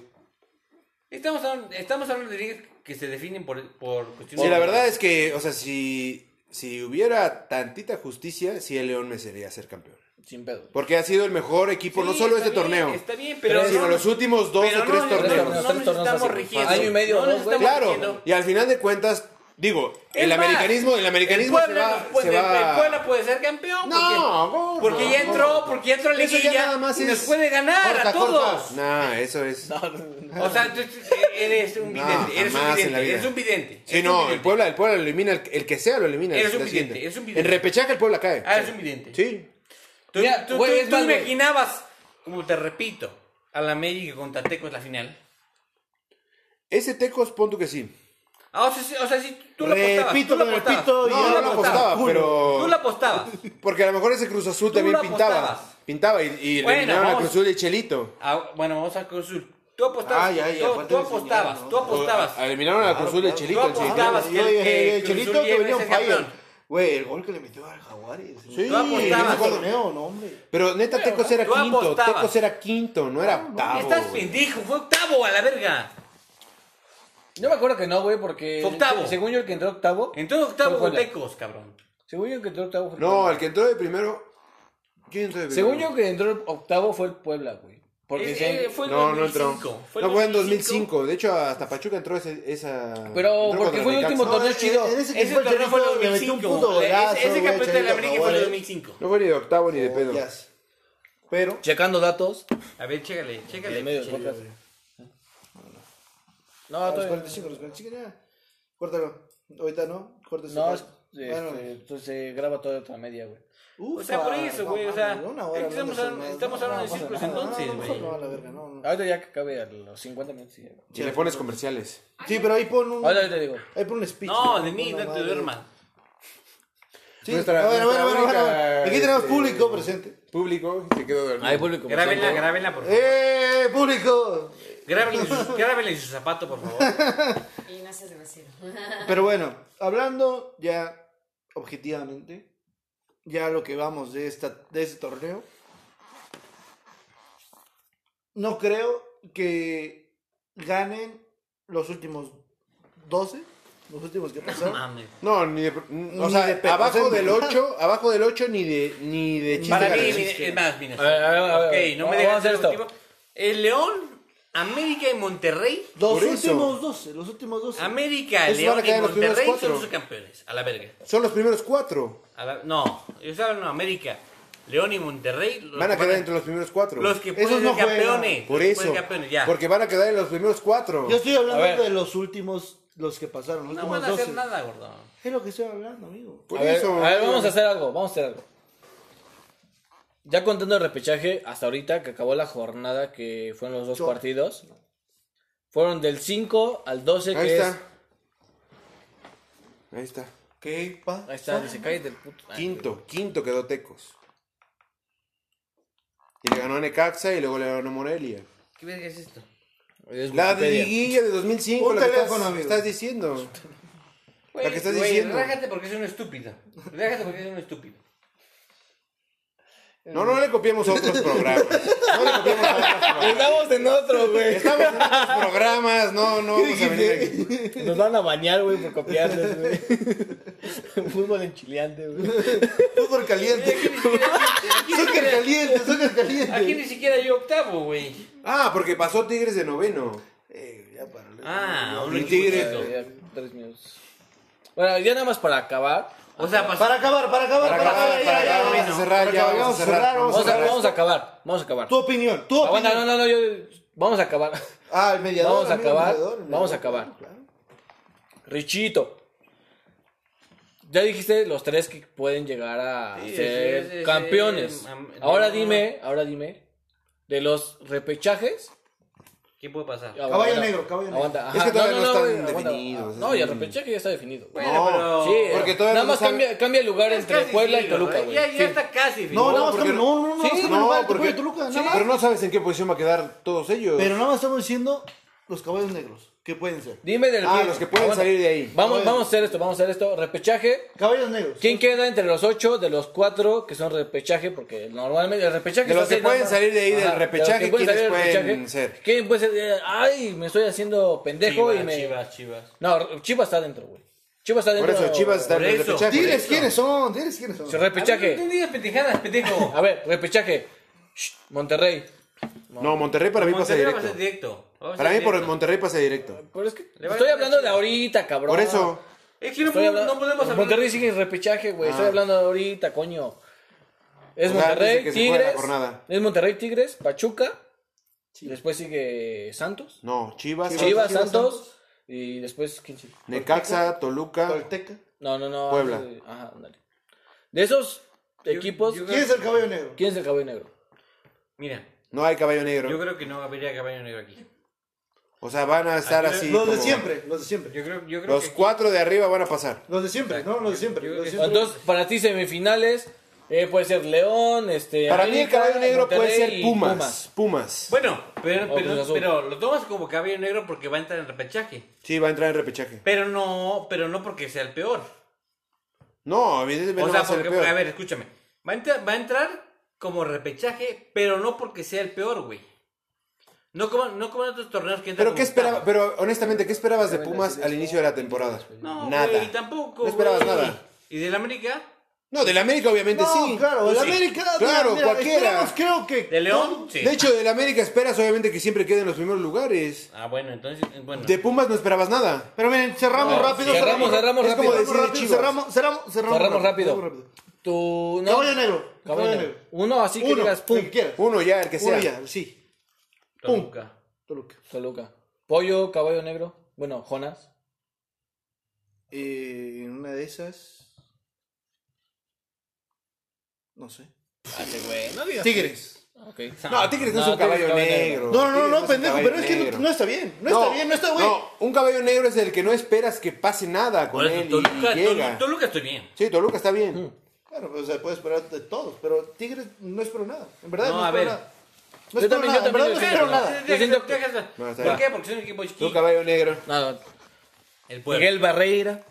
S2: Estamos hablando, estamos hablando de ligas que se definen por, por cuestiones.
S3: Sí, la verdad es que, o sea, si, si hubiera tantita justicia, sí el León me sería ser campeón.
S1: Sin pedo.
S3: Porque ha sido el mejor equipo,
S2: Sí,
S3: no solo
S2: está
S3: este
S2: bien,
S3: torneo,
S2: Está bien, pero.
S1: Pero
S3: sino
S2: no-
S3: los últimos dos
S2: pero
S3: o tres
S2: no,
S1: Tres
S3: torneos.
S2: No, no,
S1: torneos, tres
S2: nos
S1: torneos
S2: estamos
S1: así.
S2: rigiendo.
S1: Año y medio,
S2: No nos
S1: dos, güey.
S2: estamos
S3: claro,
S2: rigiendo.
S3: y al final de cuentas, digo,
S2: Es
S3: el
S2: más,
S3: americanismo, el americanismo
S2: el
S3: se
S2: Puebla
S3: va...
S2: nos puede-
S3: se va-
S2: el Puebla puede ser campeón.
S3: No,
S2: porque,
S3: no,
S2: porque ya
S3: no.
S2: entró, porque ya entró a la
S3: Eso ya
S2: liguilla
S3: nada más
S2: y
S3: es-
S2: nos puede ganar
S3: Corta,
S2: a todos.
S3: corta. No, eso es...
S2: O sea, tú eres un
S3: No,
S2: vidente, eres un
S3: jamás en la
S2: vidente,
S3: vida.
S2: eres un vidente.
S3: Sí,
S2: eres un
S3: no,
S2: vidente.
S3: el Puebla, el Puebla lo elimina, el, el que sea lo elimina.
S2: Eres
S3: la
S2: un
S3: siguiente.
S2: vidente, eres un vidente.
S3: En repechaje el Puebla cae.
S2: Ah, eres un vidente.
S3: Sí.
S2: Tú,
S1: Mira,
S2: tú-
S1: güey,
S2: tú-
S1: es
S2: tú
S1: más, güey.
S2: imaginabas, como te repito, a la América contra Tecos la final.
S3: Ese Tecos, pon tú que sí.
S2: Ah, o sea, sí- o sea, sí, tú lo apostabas.
S4: Repito,
S2: tú lo
S4: lo
S2: apostabas.
S4: repito,
S2: tú
S4: yo
S3: No,
S4: lo
S3: no lo apostaba,
S4: apostaba,
S3: pero...
S2: Tú lo apostabas.
S3: Porque a lo mejor ese Cruz Azul
S2: Tú
S3: también
S2: lo
S3: pintaba.
S2: apostabas.
S3: Pintaba y, y
S2: Bueno,
S3: eliminaron a
S2: vamos.
S3: Cruz Azul y Chelito.
S2: Ah, bueno, vamos a Cruz Azul. Tú apostabas.
S4: Ay, ay,
S2: tú,
S4: Ah, aparte
S2: tú
S4: de
S2: apostabas.
S4: soñar, ¿no?
S2: Tú apostabas.
S1: Ah,
S3: A-
S4: Ah,
S3: Eliminaron a Cruz Azul y
S4: claro.
S3: Chelito.
S2: Tú
S3: el siguiente.
S2: apostabas.
S4: Oye, oye,
S2: que-
S4: oye,
S2: que
S4: Chelito
S2: Cruz Azul
S4: que venía
S2: iba a
S4: on
S2: ser
S4: fire.
S2: campeón.
S4: Güey, el gol que le metió al Jaguares.
S3: Sí,
S2: Tú apostabas.
S3: no me acuerdo.
S4: torneo, no, hombre.
S3: Pero neta, Tecos era
S2: Tú
S3: quinto.
S2: apostabas.
S3: Tecos era quinto, no era octavo.
S2: Estás
S3: güey.
S2: pendejo. Fue octavo a la verga.
S1: Yo me acuerdo que no, güey, porque.
S2: Fue octavo.
S1: Según yo, el que entró octavo.
S2: Entonces octavo
S1: Fue
S2: con
S1: Puebla.
S2: Tecos, cabrón.
S1: Según yo, el que entró octavo fue el
S3: No,
S1: Puebla.
S3: el que entró de primero. ¿Quién entró de primero?
S1: Según yo, el que entró octavo fue el Puebla, güey. Porque.
S2: Eh,
S1: se-
S2: eh, fue el
S3: No, no
S2: 2005,
S3: entró.
S2: fue el
S3: no, fue en 2005. De hecho, hasta Pachuca entró ese- esa.
S1: Pero,
S3: entró
S1: ¿por
S3: contra
S1: qué fue el
S3: Necaxa.
S1: último torneo?
S4: en-
S1: chido.
S4: en ese que
S2: Ese
S4: fue el
S2: torneo fue
S4: Chelito, le
S2: el
S4: metió un puto
S2: 2005.
S4: golazo,
S2: Eh, Ese ese
S4: güey,
S2: campeón de la
S4: Chelito
S2: América fue el
S4: Jaguares.
S2: 2005.
S3: No fue ni de octavo
S2: Oh,
S3: ni de pedo.
S4: Yes. Pero,
S2: Ah,
S1: Checando datos.
S2: A ver, chécale,
S1: en
S2: chécale.
S1: medio del
S2: chécale.
S1: podcast. No,
S4: A los
S1: todavía-
S4: 45, los 45 ya. Córtalo. Ahorita no, córtalo.
S1: No, es-
S4: Bueno,
S1: este,
S4: eh,
S1: entonces se graba toda otra media, güey.
S2: O sea, por eso, güey, o sea, estamos
S4: hablando
S2: hablando-
S4: de
S2: estamos
S4: no,
S2: hablando
S4: no,
S1: de
S4: no,
S1: círculos
S4: no, no,
S2: entonces,
S4: no, mejor
S2: güey.
S4: no, a la verga, no, no.
S1: Ahorita ya que acabe a los 50 minutos. sí, ya.
S3: Y le pones comerciales.
S4: Sí, pero ahí pon un.
S1: Ahorita te digo.
S4: Ahí pon un speech.
S2: No,
S4: güey,
S2: de mí,
S4: una
S2: no te
S4: madre.
S2: duermas.
S4: Sí,
S3: Nuestra-
S4: bueno, bueno,
S3: nuestra
S4: bueno, bueno,
S3: única,
S4: bueno. Aquí tenemos
S3: este,
S4: público presente.
S3: Público, se quedó dormido.
S1: Ahí público.
S2: Grábenla, grábenla, por favor.
S4: ¡Eh, público!
S2: Grábenle su- Grábenle su zapato, por favor.
S5: Y no seas grosero.
S4: Pero bueno, hablando ya objetivamente, ya lo que vamos de, esta, de este torneo, no creo que ganen los últimos 12, los últimos que
S2: No
S4: pasaron.
S2: mames.
S3: No, ni de, n- o
S4: Ni
S3: sea,
S4: de pedo, o
S3: abajo
S4: sea,
S3: del 8, abajo del 8 ni de ni de chiste.
S2: Para
S3: gana
S2: mí,
S3: el
S2: mira,
S3: chiste.
S2: es más, mira.
S1: A ver, a ver, a
S2: Ok,
S1: ver.
S2: no
S1: Vamos a
S2: me dejas
S1: hacer
S2: hacer
S1: esto.
S2: esto. El León, América y Monterrey.
S4: Los
S3: Por eso.
S4: últimos 12, los últimos 12.
S2: América,
S3: Esos van
S2: León
S3: a
S2: y
S3: quedar los primeros
S2: Monterrey
S3: cuatro.
S2: son sus campeones. A la verga.
S3: Son los primeros 4.
S2: A la- no, yo estaba hablando de América. León y Monterrey. los
S3: Van a
S2: que
S3: quedar entre los primeros 4.
S2: Los que
S4: Esos
S2: pueden
S4: no
S2: ser
S4: juegan.
S2: campeones.
S3: Por
S2: los que
S3: eso.
S2: pueden ser campeones, ya.
S3: Porque van a quedar en los primeros 4.
S4: Yo estoy
S1: A
S4: hablando
S1: ver.
S4: de los últimos, los que pasaron, los
S2: no
S4: últimos
S2: van a hacer
S4: 12.
S2: nada, gordo.
S4: Es lo que estoy hablando, amigo.
S3: Por
S1: a ver,
S3: eso.
S1: a ver, vamos a hacer algo, vamos a hacer algo. Ya contando el repechaje hasta ahorita que acabó la jornada que fueron los dos
S4: Yo-
S1: partidos. Fueron del 5 al 12
S3: Ahí
S1: que
S3: está.
S1: es
S3: Ahí está.
S4: ¿Qué pasa?
S1: Ahí está, dice, cállate el puto.
S3: Quinto, quinto quedó Tecos. Y le ganó a Necaxa y luego le ganó a Morelia.
S2: ¿Qué verga es esto?
S1: Es
S3: La de
S1: Wikipedia.
S3: liguilla de 2005,
S4: Un
S3: la que
S4: teléfono,
S3: estás,
S4: amigo.
S3: estás diciendo.
S2: Güey,
S3: Lo que estás
S2: güey,
S3: diciendo.
S2: Relájate porque es un estúpido. Relájate porque es un estúpido.
S3: No, no le copiemos otros programas. No le copiemos a otros programas.
S1: Estamos en otro, güey.
S3: Estamos en otros programas, no, no vamos a venir aquí.
S1: Nos van a bañar, güey, por copiarles, güey. Fútbol enchileante, güey.
S4: Fútbol
S2: Mira,
S4: caliente.
S2: Aquí ni siquiera, aquí ni
S4: Soccer
S2: siquiera-
S4: caliente, soccer caliente.
S2: aquí ni siquiera yo octavo, güey.
S3: Ah, porque pasó Tigres de noveno.
S4: Eh, ya para.
S2: Ah, un
S3: El tigre.
S2: chiquito.
S1: Ya, tres minutos. Bueno, ya nada más para acabar.
S2: O sea, pasó.
S4: Para acabar, para acabar,
S3: Para
S4: para
S3: acabar,
S4: acabar,
S3: para
S4: ya, ya, ya,
S3: acabar, vamos a cerrar, ya
S4: acabar,
S3: vamos a cerrar.
S4: vamos a
S1: Vamos a,
S4: cerrar.
S1: vamos a acabar, vamos a acabar.
S4: Tu opinión, tu opinión.
S1: Aguanta, no, no, no, yo... Vamos a acabar.
S4: Ah, el mediador.
S1: Vamos a
S4: amigo,
S1: acabar,
S4: el mediador, el
S1: vamos a
S4: mediador,
S1: acabar.
S4: claro.
S1: Richito. Ya dijiste los tres que pueden llegar a
S2: Sí,
S1: ser
S2: sí, sí, sí,
S1: campeones.
S2: am-
S1: ahora
S2: no.
S1: dime, ahora dime. De los repechajes.
S2: ¿Qué puede pasar?
S4: Caballo negro, caballo negro.
S1: Aguanta.
S3: Es
S1: ajá,
S3: que todavía no están
S1: güey, aguanta.
S3: definidos,
S1: No,
S3: es
S1: y el
S3: un-
S1: repechaje ya está definido. güey.
S2: Bueno, pero-
S1: Sí,
S3: porque
S1: eh,
S3: todavía
S1: nada
S3: no
S1: más
S3: saben-
S1: cambia, cambia el lugar
S2: Es
S1: entre
S2: casi
S1: Puebla y
S2: filo,
S1: Toluca,
S2: ¿eh?
S1: güey.
S2: Ya,
S1: Sí.
S2: ya está casi. filo.
S4: No, no,
S3: porque-
S4: estamos- no, no, no,
S1: Sí,
S4: estamos
S1: no,
S4: igual,
S3: porque-
S4: Puebla y Toluca, nada más.
S3: Pero no sabes en qué posición va a quedar todos ellos.
S4: Pero nada más estamos diciendo los caballos negros. ¿Qué pueden ser?
S1: Dime del
S3: Ah, los que pueden
S1: aguanta.
S3: salir de ahí.
S1: Vamos,
S4: Bueno.
S1: vamos a hacer esto, vamos a hacer esto. Repechaje.
S4: Caballos negros.
S1: ¿Quién queda entre los ocho de los cuatro que son repechaje? Porque normalmente el repechaje
S3: De los
S1: son seis
S3: que pueden
S1: nada más.
S3: salir de ahí del
S1: de los que
S3: repechaje,
S1: pueden salir
S3: ¿quiénes
S1: del
S3: pueden ser?
S1: ¿Quién puede ser? Eh, Ay, me estoy haciendo pendejo
S2: Chivas,
S1: y me.
S2: Chivas, Chivas.
S1: No, Chivas está adentro, güey. Chivas está
S3: Por
S1: adentro.
S3: eso Chivas está en
S2: Por
S3: el
S2: eso.
S3: repechaje.
S4: Diles
S2: Eso.
S4: quiénes son, diles quiénes son.
S1: Su
S2: A ver, No
S1: Repechaje.
S2: te digas pendejadas, pendejo.
S1: A ver, repechaje. Shh, Monterrey.
S3: No, Monterrey para mí pasa
S2: Monterrey va a
S3: directo.
S2: ser directo. Va a ser
S3: Para mí por el
S2: directo.
S3: Monterrey pasa directo.
S1: Pero es que
S2: Le va a
S1: estoy
S2: ganar
S1: hablando de
S2: Chivas.
S1: ahorita, cabrón.
S3: Por eso.
S2: Es que no,
S1: Estoy
S2: podemos-
S1: hablando-
S2: no podemos hablar.
S1: Monterrey sigue en repechaje, güey. Estoy hablando de ahorita, coño. Es
S3: O sea, Ah. Pues antes de
S1: Monterrey,
S3: que se juegue la
S1: Tigres.
S3: jornada.
S1: Es Monterrey, Tigres, Pachuca. Después sigue Santos.
S3: No, Chivas,
S1: Chivas,
S4: Chivas,
S1: Santos.
S4: Santos.
S1: Y después, ¿quién sigue?
S3: Necaxa, Toluca.
S4: Tolteca.
S1: No, no, no.
S3: Puebla.
S1: antes de- Ajá, ándale. De esos equipos,
S2: yo-
S4: ¿Quién es el caballo negro?
S1: ¿quién es el caballo negro?
S2: Mira,
S3: No hay caballo
S2: yo
S3: negro.
S2: creo que no habría caballo negro aquí.
S3: O sea, van a estar
S2: Aquí-
S3: así.
S4: los de
S3: como-
S4: siempre, los de siempre.
S2: Yo creo, yo creo
S3: Los
S2: que.
S3: cuatro de arriba van a pasar.
S4: Los de siempre, no, los de siempre.
S2: Yo-
S4: los de
S2: yo-
S4: siempre.
S1: Entonces, para ti semifinales eh, puede ser León, este...
S3: Para mí el
S1: América,
S3: caballo negro puede
S1: Monterrey
S3: ser
S1: y
S3: Pumas. Pumas.
S2: Bueno, pero,
S1: O Cruz
S2: pero,
S1: Oh, pues, Azul.
S2: pero lo tomas como caballo negro porque va a entrar en repechaje.
S3: Sí, va a entrar en repechaje.
S2: Pero no, pero no porque sea el peor.
S3: No, evidentemente
S2: O
S3: no
S2: sea,
S3: va a ser
S2: porque,
S3: peor.
S2: a ver, escúchame. Va a, entrar, va a entrar como repechaje, pero no porque sea el peor, güey. No como, no como en otros torneos que entran.
S3: Pero qué esperaba,
S2: esperabas?
S3: pero honestamente, ¿qué esperabas de Pumas al inicio de la temporada?
S2: No,
S3: Nada.
S2: güey, tampoco.
S3: No esperabas
S2: güey.
S3: nada.
S2: ¿Y del América?
S3: No, del América obviamente
S4: No,
S3: sí.
S4: claro, el
S2: Pues sí.
S4: América.
S3: Claro, cualquiera.
S4: esperamos, creo que.
S2: ¿De León? Sí.
S3: De hecho, del América esperas obviamente que siempre quede en los primeros lugares.
S2: Ah, bueno, entonces, bueno.
S3: De Pumas no esperabas nada.
S4: Pero miren, cerramos
S1: No,
S4: rápido.
S1: cerramos, cerramos
S3: Es como
S1: rápido.
S3: decir-
S4: Cerramos rápido,
S3: Chivas.
S4: cerramos, cerramos, cerramos,
S1: Cerramos rápido. Tú, no.
S4: Caballo negro,
S1: Caballo
S4: caballo
S1: negro.
S4: negro.
S1: Uno, así que
S4: Uno,
S1: digas, pum.
S4: el que quieras.
S3: Uno ya, el que
S4: Uno
S3: sea.
S4: ya, sí.
S2: Toluca.
S4: Toluca.
S1: Toluca. Pollo, caballo negro. Bueno, Jonas.
S4: Eh, en una de esas. No sé.
S1: Hace, güey.
S3: No digas.
S4: Tigres.
S1: Ok.
S3: No, Tigres no, es
S1: No, Tigres
S3: un caballo
S1: caballo
S3: negro.
S1: negro.
S4: No, no,
S3: Tigres
S4: no,
S3: es
S4: no,
S3: un
S4: pendejo,
S3: caballo
S4: pero es que no,
S3: negro.
S4: no está bien. No, está bien, no está güey.
S3: no, un caballo negro es el que no esperas que pase nada con
S2: Por eso,
S3: él y,
S2: Toluca,
S3: y llega.
S2: Tolu- Toluca Mm. estoy bien.
S3: Sí, Toluca está bien.
S4: Claro, pues, o sea, puedes esperar de todos, pero Tigres no espero nada. En verdad,
S2: No,
S4: no,
S2: a
S4: espero
S2: ver.
S4: nada.
S1: Yo
S4: No espero
S1: también-
S4: nada,
S1: yo
S4: en
S1: también
S4: verdad no
S1: lo
S4: espero
S1: espero.
S4: nada.
S1: Yo siento que-
S2: Déjalo.
S3: No, está
S2: ¿Por
S3: bien.
S2: qué? Porque es un equipo chiquito.
S3: Un caballo negro.
S1: Nada.
S2: El pueblo.
S1: Miguel Barreira.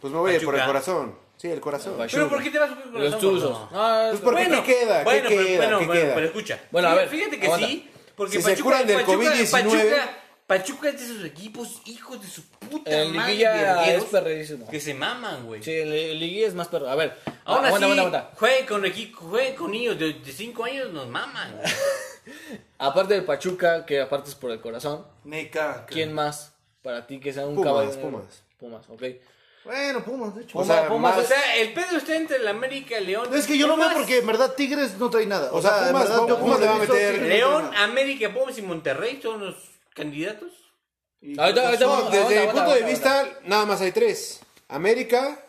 S3: Pues me voy a ir por el
S2: Pachuca.
S3: corazón. Sí, el corazón.
S1: Pachuca.
S2: ¿Pero por qué te vas con
S1: Los Tuzos. Ah,
S3: Pues por-
S2: bueno,
S3: ¿Qué queda? ¿Qué
S2: Bueno, pero,
S3: queda?
S2: bueno,
S3: ¿Qué
S2: bueno,
S3: queda?
S2: pero escucha.
S1: Bueno, a
S2: Fíjate-
S1: ver,
S2: Fíjate que
S1: aguanta.
S2: sí. Porque
S3: Si se
S2: Pachuca,
S3: curan del
S2: Pachuca,
S3: COVID-19.
S2: Pachuca, Pachuca es de esos equipos, hijos de su puta
S1: En
S2: madre.
S1: Liguilla es
S2: guerrilleros,
S1: perredísimo.
S2: que se maman, güey.
S1: Sí, Ah, el, el Liguilla es más perro. A ver.
S2: Aún
S1: aguanta,
S2: así,
S1: aguanta, aguanta.
S2: jueguen con, equi- jueguen con niños de 5 años, nos maman. güey.
S1: Aparte del Pachuca, que aparte es por el corazón.
S4: Me caga.
S1: ¿Quién más para ti que sea un
S3: Pumas,
S1: caballo? negro?
S3: Pumas.
S1: Pumas, ok.
S4: Bueno, Pumas, de hecho.
S3: O sea,
S1: Pumas,
S3: más-
S2: O sea, el pedo está entre el América, León.
S4: es que yo no veo
S2: Pumas,
S4: porque en verdad Tigres no trae nada.
S3: O
S4: en
S3: sea, Pumas,
S4: verdad, yo
S3: Pumas
S4: Pumas
S3: le va a
S4: he visto,
S3: meter-
S4: Tigres no trae
S2: León,
S4: nada.
S2: América, Pumas y Monterrey son los candidatos.
S4: Y
S1: Ahorita-
S4: Cruz
S1: ahorita
S4: Azul,
S1: vamos-
S3: Desde
S1: aguanta,
S3: mi
S1: aguanta,
S3: punto de
S1: aguanta,
S3: vista, nada más hay tres. América,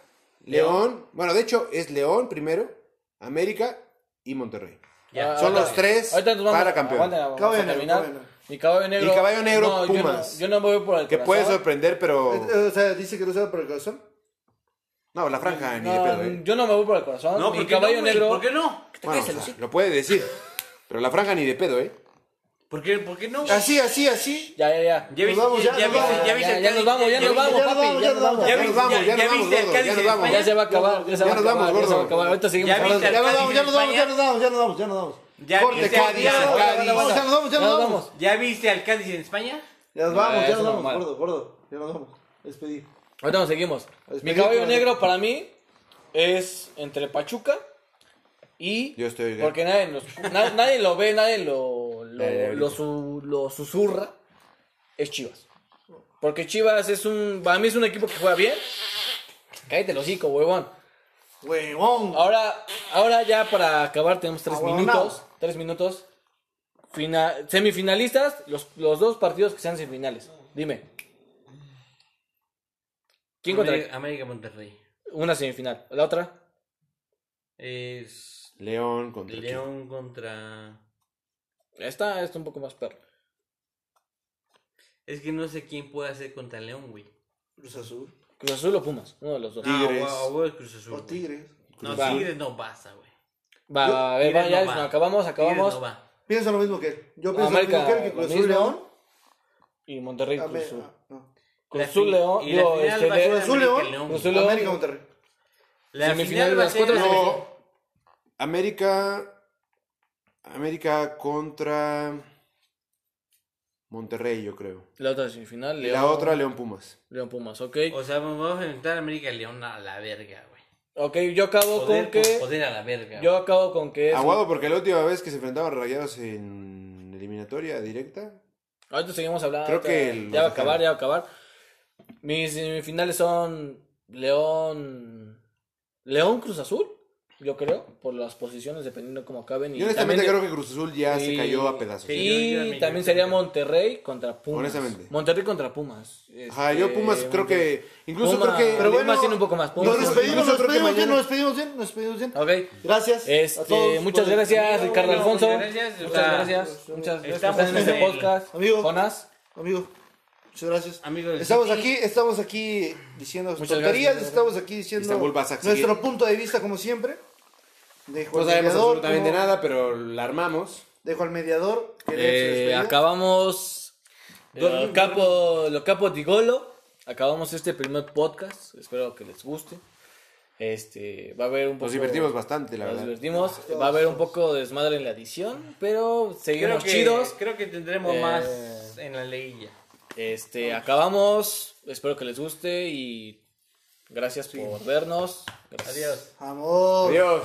S3: León. Bueno, de hecho, es León primero, América y Monterrey.
S2: Ya.
S1: Ah,
S3: Son
S1: ahorita-
S3: los tres
S1: ahorita nos vamos-
S3: para campeón.
S1: aguanta, vamos
S4: Caballo
S1: a
S4: negro,
S1: terminar.
S4: caballo negro.
S1: Mi caballo negro.
S3: Mi caballo negro,
S1: yo no-
S3: Pumas.
S1: Yo no, me voy por el
S3: Que puede
S1: corazón.
S3: sorprender, pero...
S4: Eh, O sea, dice que no sabe por el corazón.
S3: No, la franja ni de
S1: No,
S3: pedo, ¿eh?
S1: Yo no me voy por el corazón.
S2: No,
S1: mi
S2: ¿por qué
S1: caballo
S2: no, güey?
S1: negro.
S2: ¿Por qué no?
S3: Bueno,
S1: cállese,
S3: o sea,
S1: Lucy.
S3: lo puede decir. Pero la franja ni de pedo, ¿eh?
S2: ¿Por qué, por qué no? güey?
S3: Así, así, así.
S1: Ya, ya, ya.
S2: Ya viste,
S4: vamos,
S2: ya,
S4: ya
S2: ya
S4: nos
S2: viste,
S4: vamos.
S2: ya viste
S1: Ya,
S2: el
S1: ya nos vamos, ya
S2: Cádiz-
S1: nos vamos,
S4: ya nos
S1: papi. Ya
S4: vamos,
S1: nos
S4: ya nos
S1: vamos.
S4: vamos.
S2: Ya
S3: nos
S2: viste,
S3: vamos,
S2: ya,
S3: ya nos
S2: ya viste
S3: vamos,
S2: el
S3: gordo, ya
S2: Cádiz
S3: nos
S2: en
S3: vamos.
S1: Ya se
S2: España.
S1: va a acabar, ya se va a
S3: Ya nos vamos,
S1: acabar, ya se va a
S3: gordo.
S1: acabar. Ahorita seguimos
S2: Ya
S1: hablando. Ya
S2: viste al
S1: nos
S4: Ya nos vamos,
S2: Cádiz en
S4: ya nos vamos, ya nos vamos, ya
S2: España.
S4: nos vamos, ya nos vamos.
S2: Ya-
S3: Corte,
S2: ya-
S3: Cádiz,
S2: ya-
S3: Cádiz.
S2: ya- ya-
S4: Ya nos vamos, ya nos vamos.
S2: ¿Ya viste al Cádiz en España?
S4: Ya nos
S1: No,
S4: vamos,
S1: eso
S4: ya nos
S1: no,
S4: vamos,
S1: mal.
S4: gordo, gordo. Ya nos vamos. Despedí.
S1: Ahorita nos seguimos. Mi
S4: Despedí,
S1: caballo
S4: caballo.
S1: negro para mí es entre Pachuca y.
S3: Yo estoy de-
S1: Porque nadie, nos- na- nadie lo ve, nadie lo, lo,
S3: Ya, ya,
S1: lo
S3: ya.
S1: su- lo susurra. Es Chivas. Porque Chivas es un. Para mí es un equipo que juega bien. Cállate el hocico, huevón.
S4: Huevón.
S1: Ahora, ahora ya para acabar tenemos tres
S4: Ah, bueno,
S1: minutos.
S4: no.
S1: Tres minutos. Fina- semifinalistas, los, los dos partidos que sean semifinales. Dime. ¿Quién contra
S2: América, América Monterrey.
S1: una semifinal? ¿La otra?
S2: Es
S3: León contra León.
S2: León contra...
S1: Esta es un poco más perro.
S2: Es que no sé quién puede hacer contra León, güey.
S4: Cruz Azul.
S1: Cruz Azul o Pumas, uno de los dos.
S3: Tigres.
S2: Ah, o- o es Cruz Azul,
S4: O
S2: güey.
S4: Tigres.
S2: No,
S1: Va.
S2: Tigres no pasa, güey.
S1: Va, va, a ver,
S2: Tigres
S1: va, ya
S2: no va.
S1: no, acabamos,
S2: Tigres
S1: acabamos.
S2: no va.
S4: Piensa lo mismo que él. Yo pienso
S1: América,
S4: lo mismo que él, que Cruz
S1: lo
S4: Azul
S1: mismo.
S4: León.
S1: Y Monterrey,
S4: A
S1: Cruz
S4: ver,
S1: Azul.
S4: ah, no.
S1: Cruz
S2: La
S1: Azul,
S2: fin-
S1: León.
S2: y la
S1: digo,
S2: final
S1: este,
S2: va a ser
S1: León.
S4: Azul, León.
S2: América y
S1: Cruz
S2: güey.
S1: Azul, León.
S4: América Monterrey.
S2: La
S1: Semifinal
S2: final
S1: de
S2: va a
S1: las
S2: ser...
S1: cuatro
S3: No, América... América contra... Monterrey, yo creo.
S1: La otra semifinal,
S3: Y
S1: León.
S3: la otra, León Pumas.
S1: León Pumas, ok.
S2: O sea, vamos a enfrentar a América y León a la verga, güey.
S1: Ok, yo acabo con
S2: Poder,
S1: que.
S2: poder a la verga.
S1: Yo acabo con que es.
S3: Aguado, porque la última vez que se enfrentaban rayados en eliminatoria directa,
S1: Ahorita seguimos hablando.
S3: Creo que
S1: ahorita-
S3: el
S1: ya va a
S3: Guadalajara.
S1: acabar, ya va a acabar. Mis semifinales son León. León Cruz Azul, yo creo, por las posiciones, dependiendo cómo acaben. Y
S3: Yo honestamente
S1: también-
S3: creo que Cruz Azul ya se
S1: y-
S3: cayó a pedazos.
S2: sí.
S3: ¿eh?
S1: Y
S2: yo- yo también
S1: también
S2: creo
S1: sería
S2: que-
S1: Monterrey contra Pumas.
S3: Honestamente.
S1: Monterrey contra Pumas.
S3: Ajá, yo
S1: Este,
S3: Pumas creo que. Incluso
S1: Pumas.
S3: creo que.
S1: Pero bueno, tiene un poco más. Pumas
S4: Nos
S1: tiene un
S4: despedimos,
S3: poco
S4: nos
S3: más.
S4: despedimos bien,
S3: Creo
S4: nos despedimos bien, nos despedimos bien.
S1: Ok.
S4: Gracias. a
S1: Este,
S4: todos
S1: muchas
S4: por-
S1: gracias,
S2: Amigo,
S1: Ricardo
S2: bueno,
S1: Alfonso.
S2: muchas gracias, o
S1: Muchas
S2: sea,
S1: gracias. Muchas gracias por
S2: estamos
S1: estar en este
S2: en el-
S1: podcast.
S4: Amigo.
S1: Jonas.
S4: Amigo, muchas gracias.
S2: Amigo del
S4: estamos
S2: City.
S4: aquí, estamos aquí diciendo
S1: Muchas
S4: tonterías,
S1: gracias.
S4: estamos aquí diciendo
S3: Istanbul va a sacar-
S4: nuestro punto de vista como siempre. Dejo
S3: No
S4: al
S3: sabemos
S4: mediador,
S3: absolutamente
S4: como-
S3: nada, pero la armamos.
S4: Dejo al mediador. que dé su
S1: Eh,
S4: despedida.
S1: acabamos lo
S2: Dormimos,
S1: capo, lo capo di Golo. Acabamos este primer podcast. Espero que les guste. Este va a haber un poco
S3: Nos divertimos bastante, la
S1: nos
S3: verdad.
S1: divertimos. va a haber un poco de desmadre en la edición, pero
S2: creo
S1: seguimos
S2: que,
S1: chidos.
S2: creo que tendremos
S1: Eh,
S2: más en la liguilla.
S1: Este acabamos. Espero que les guste y gracias por vernos. Gracias.
S2: Adiós.
S4: Amor.
S3: Adiós.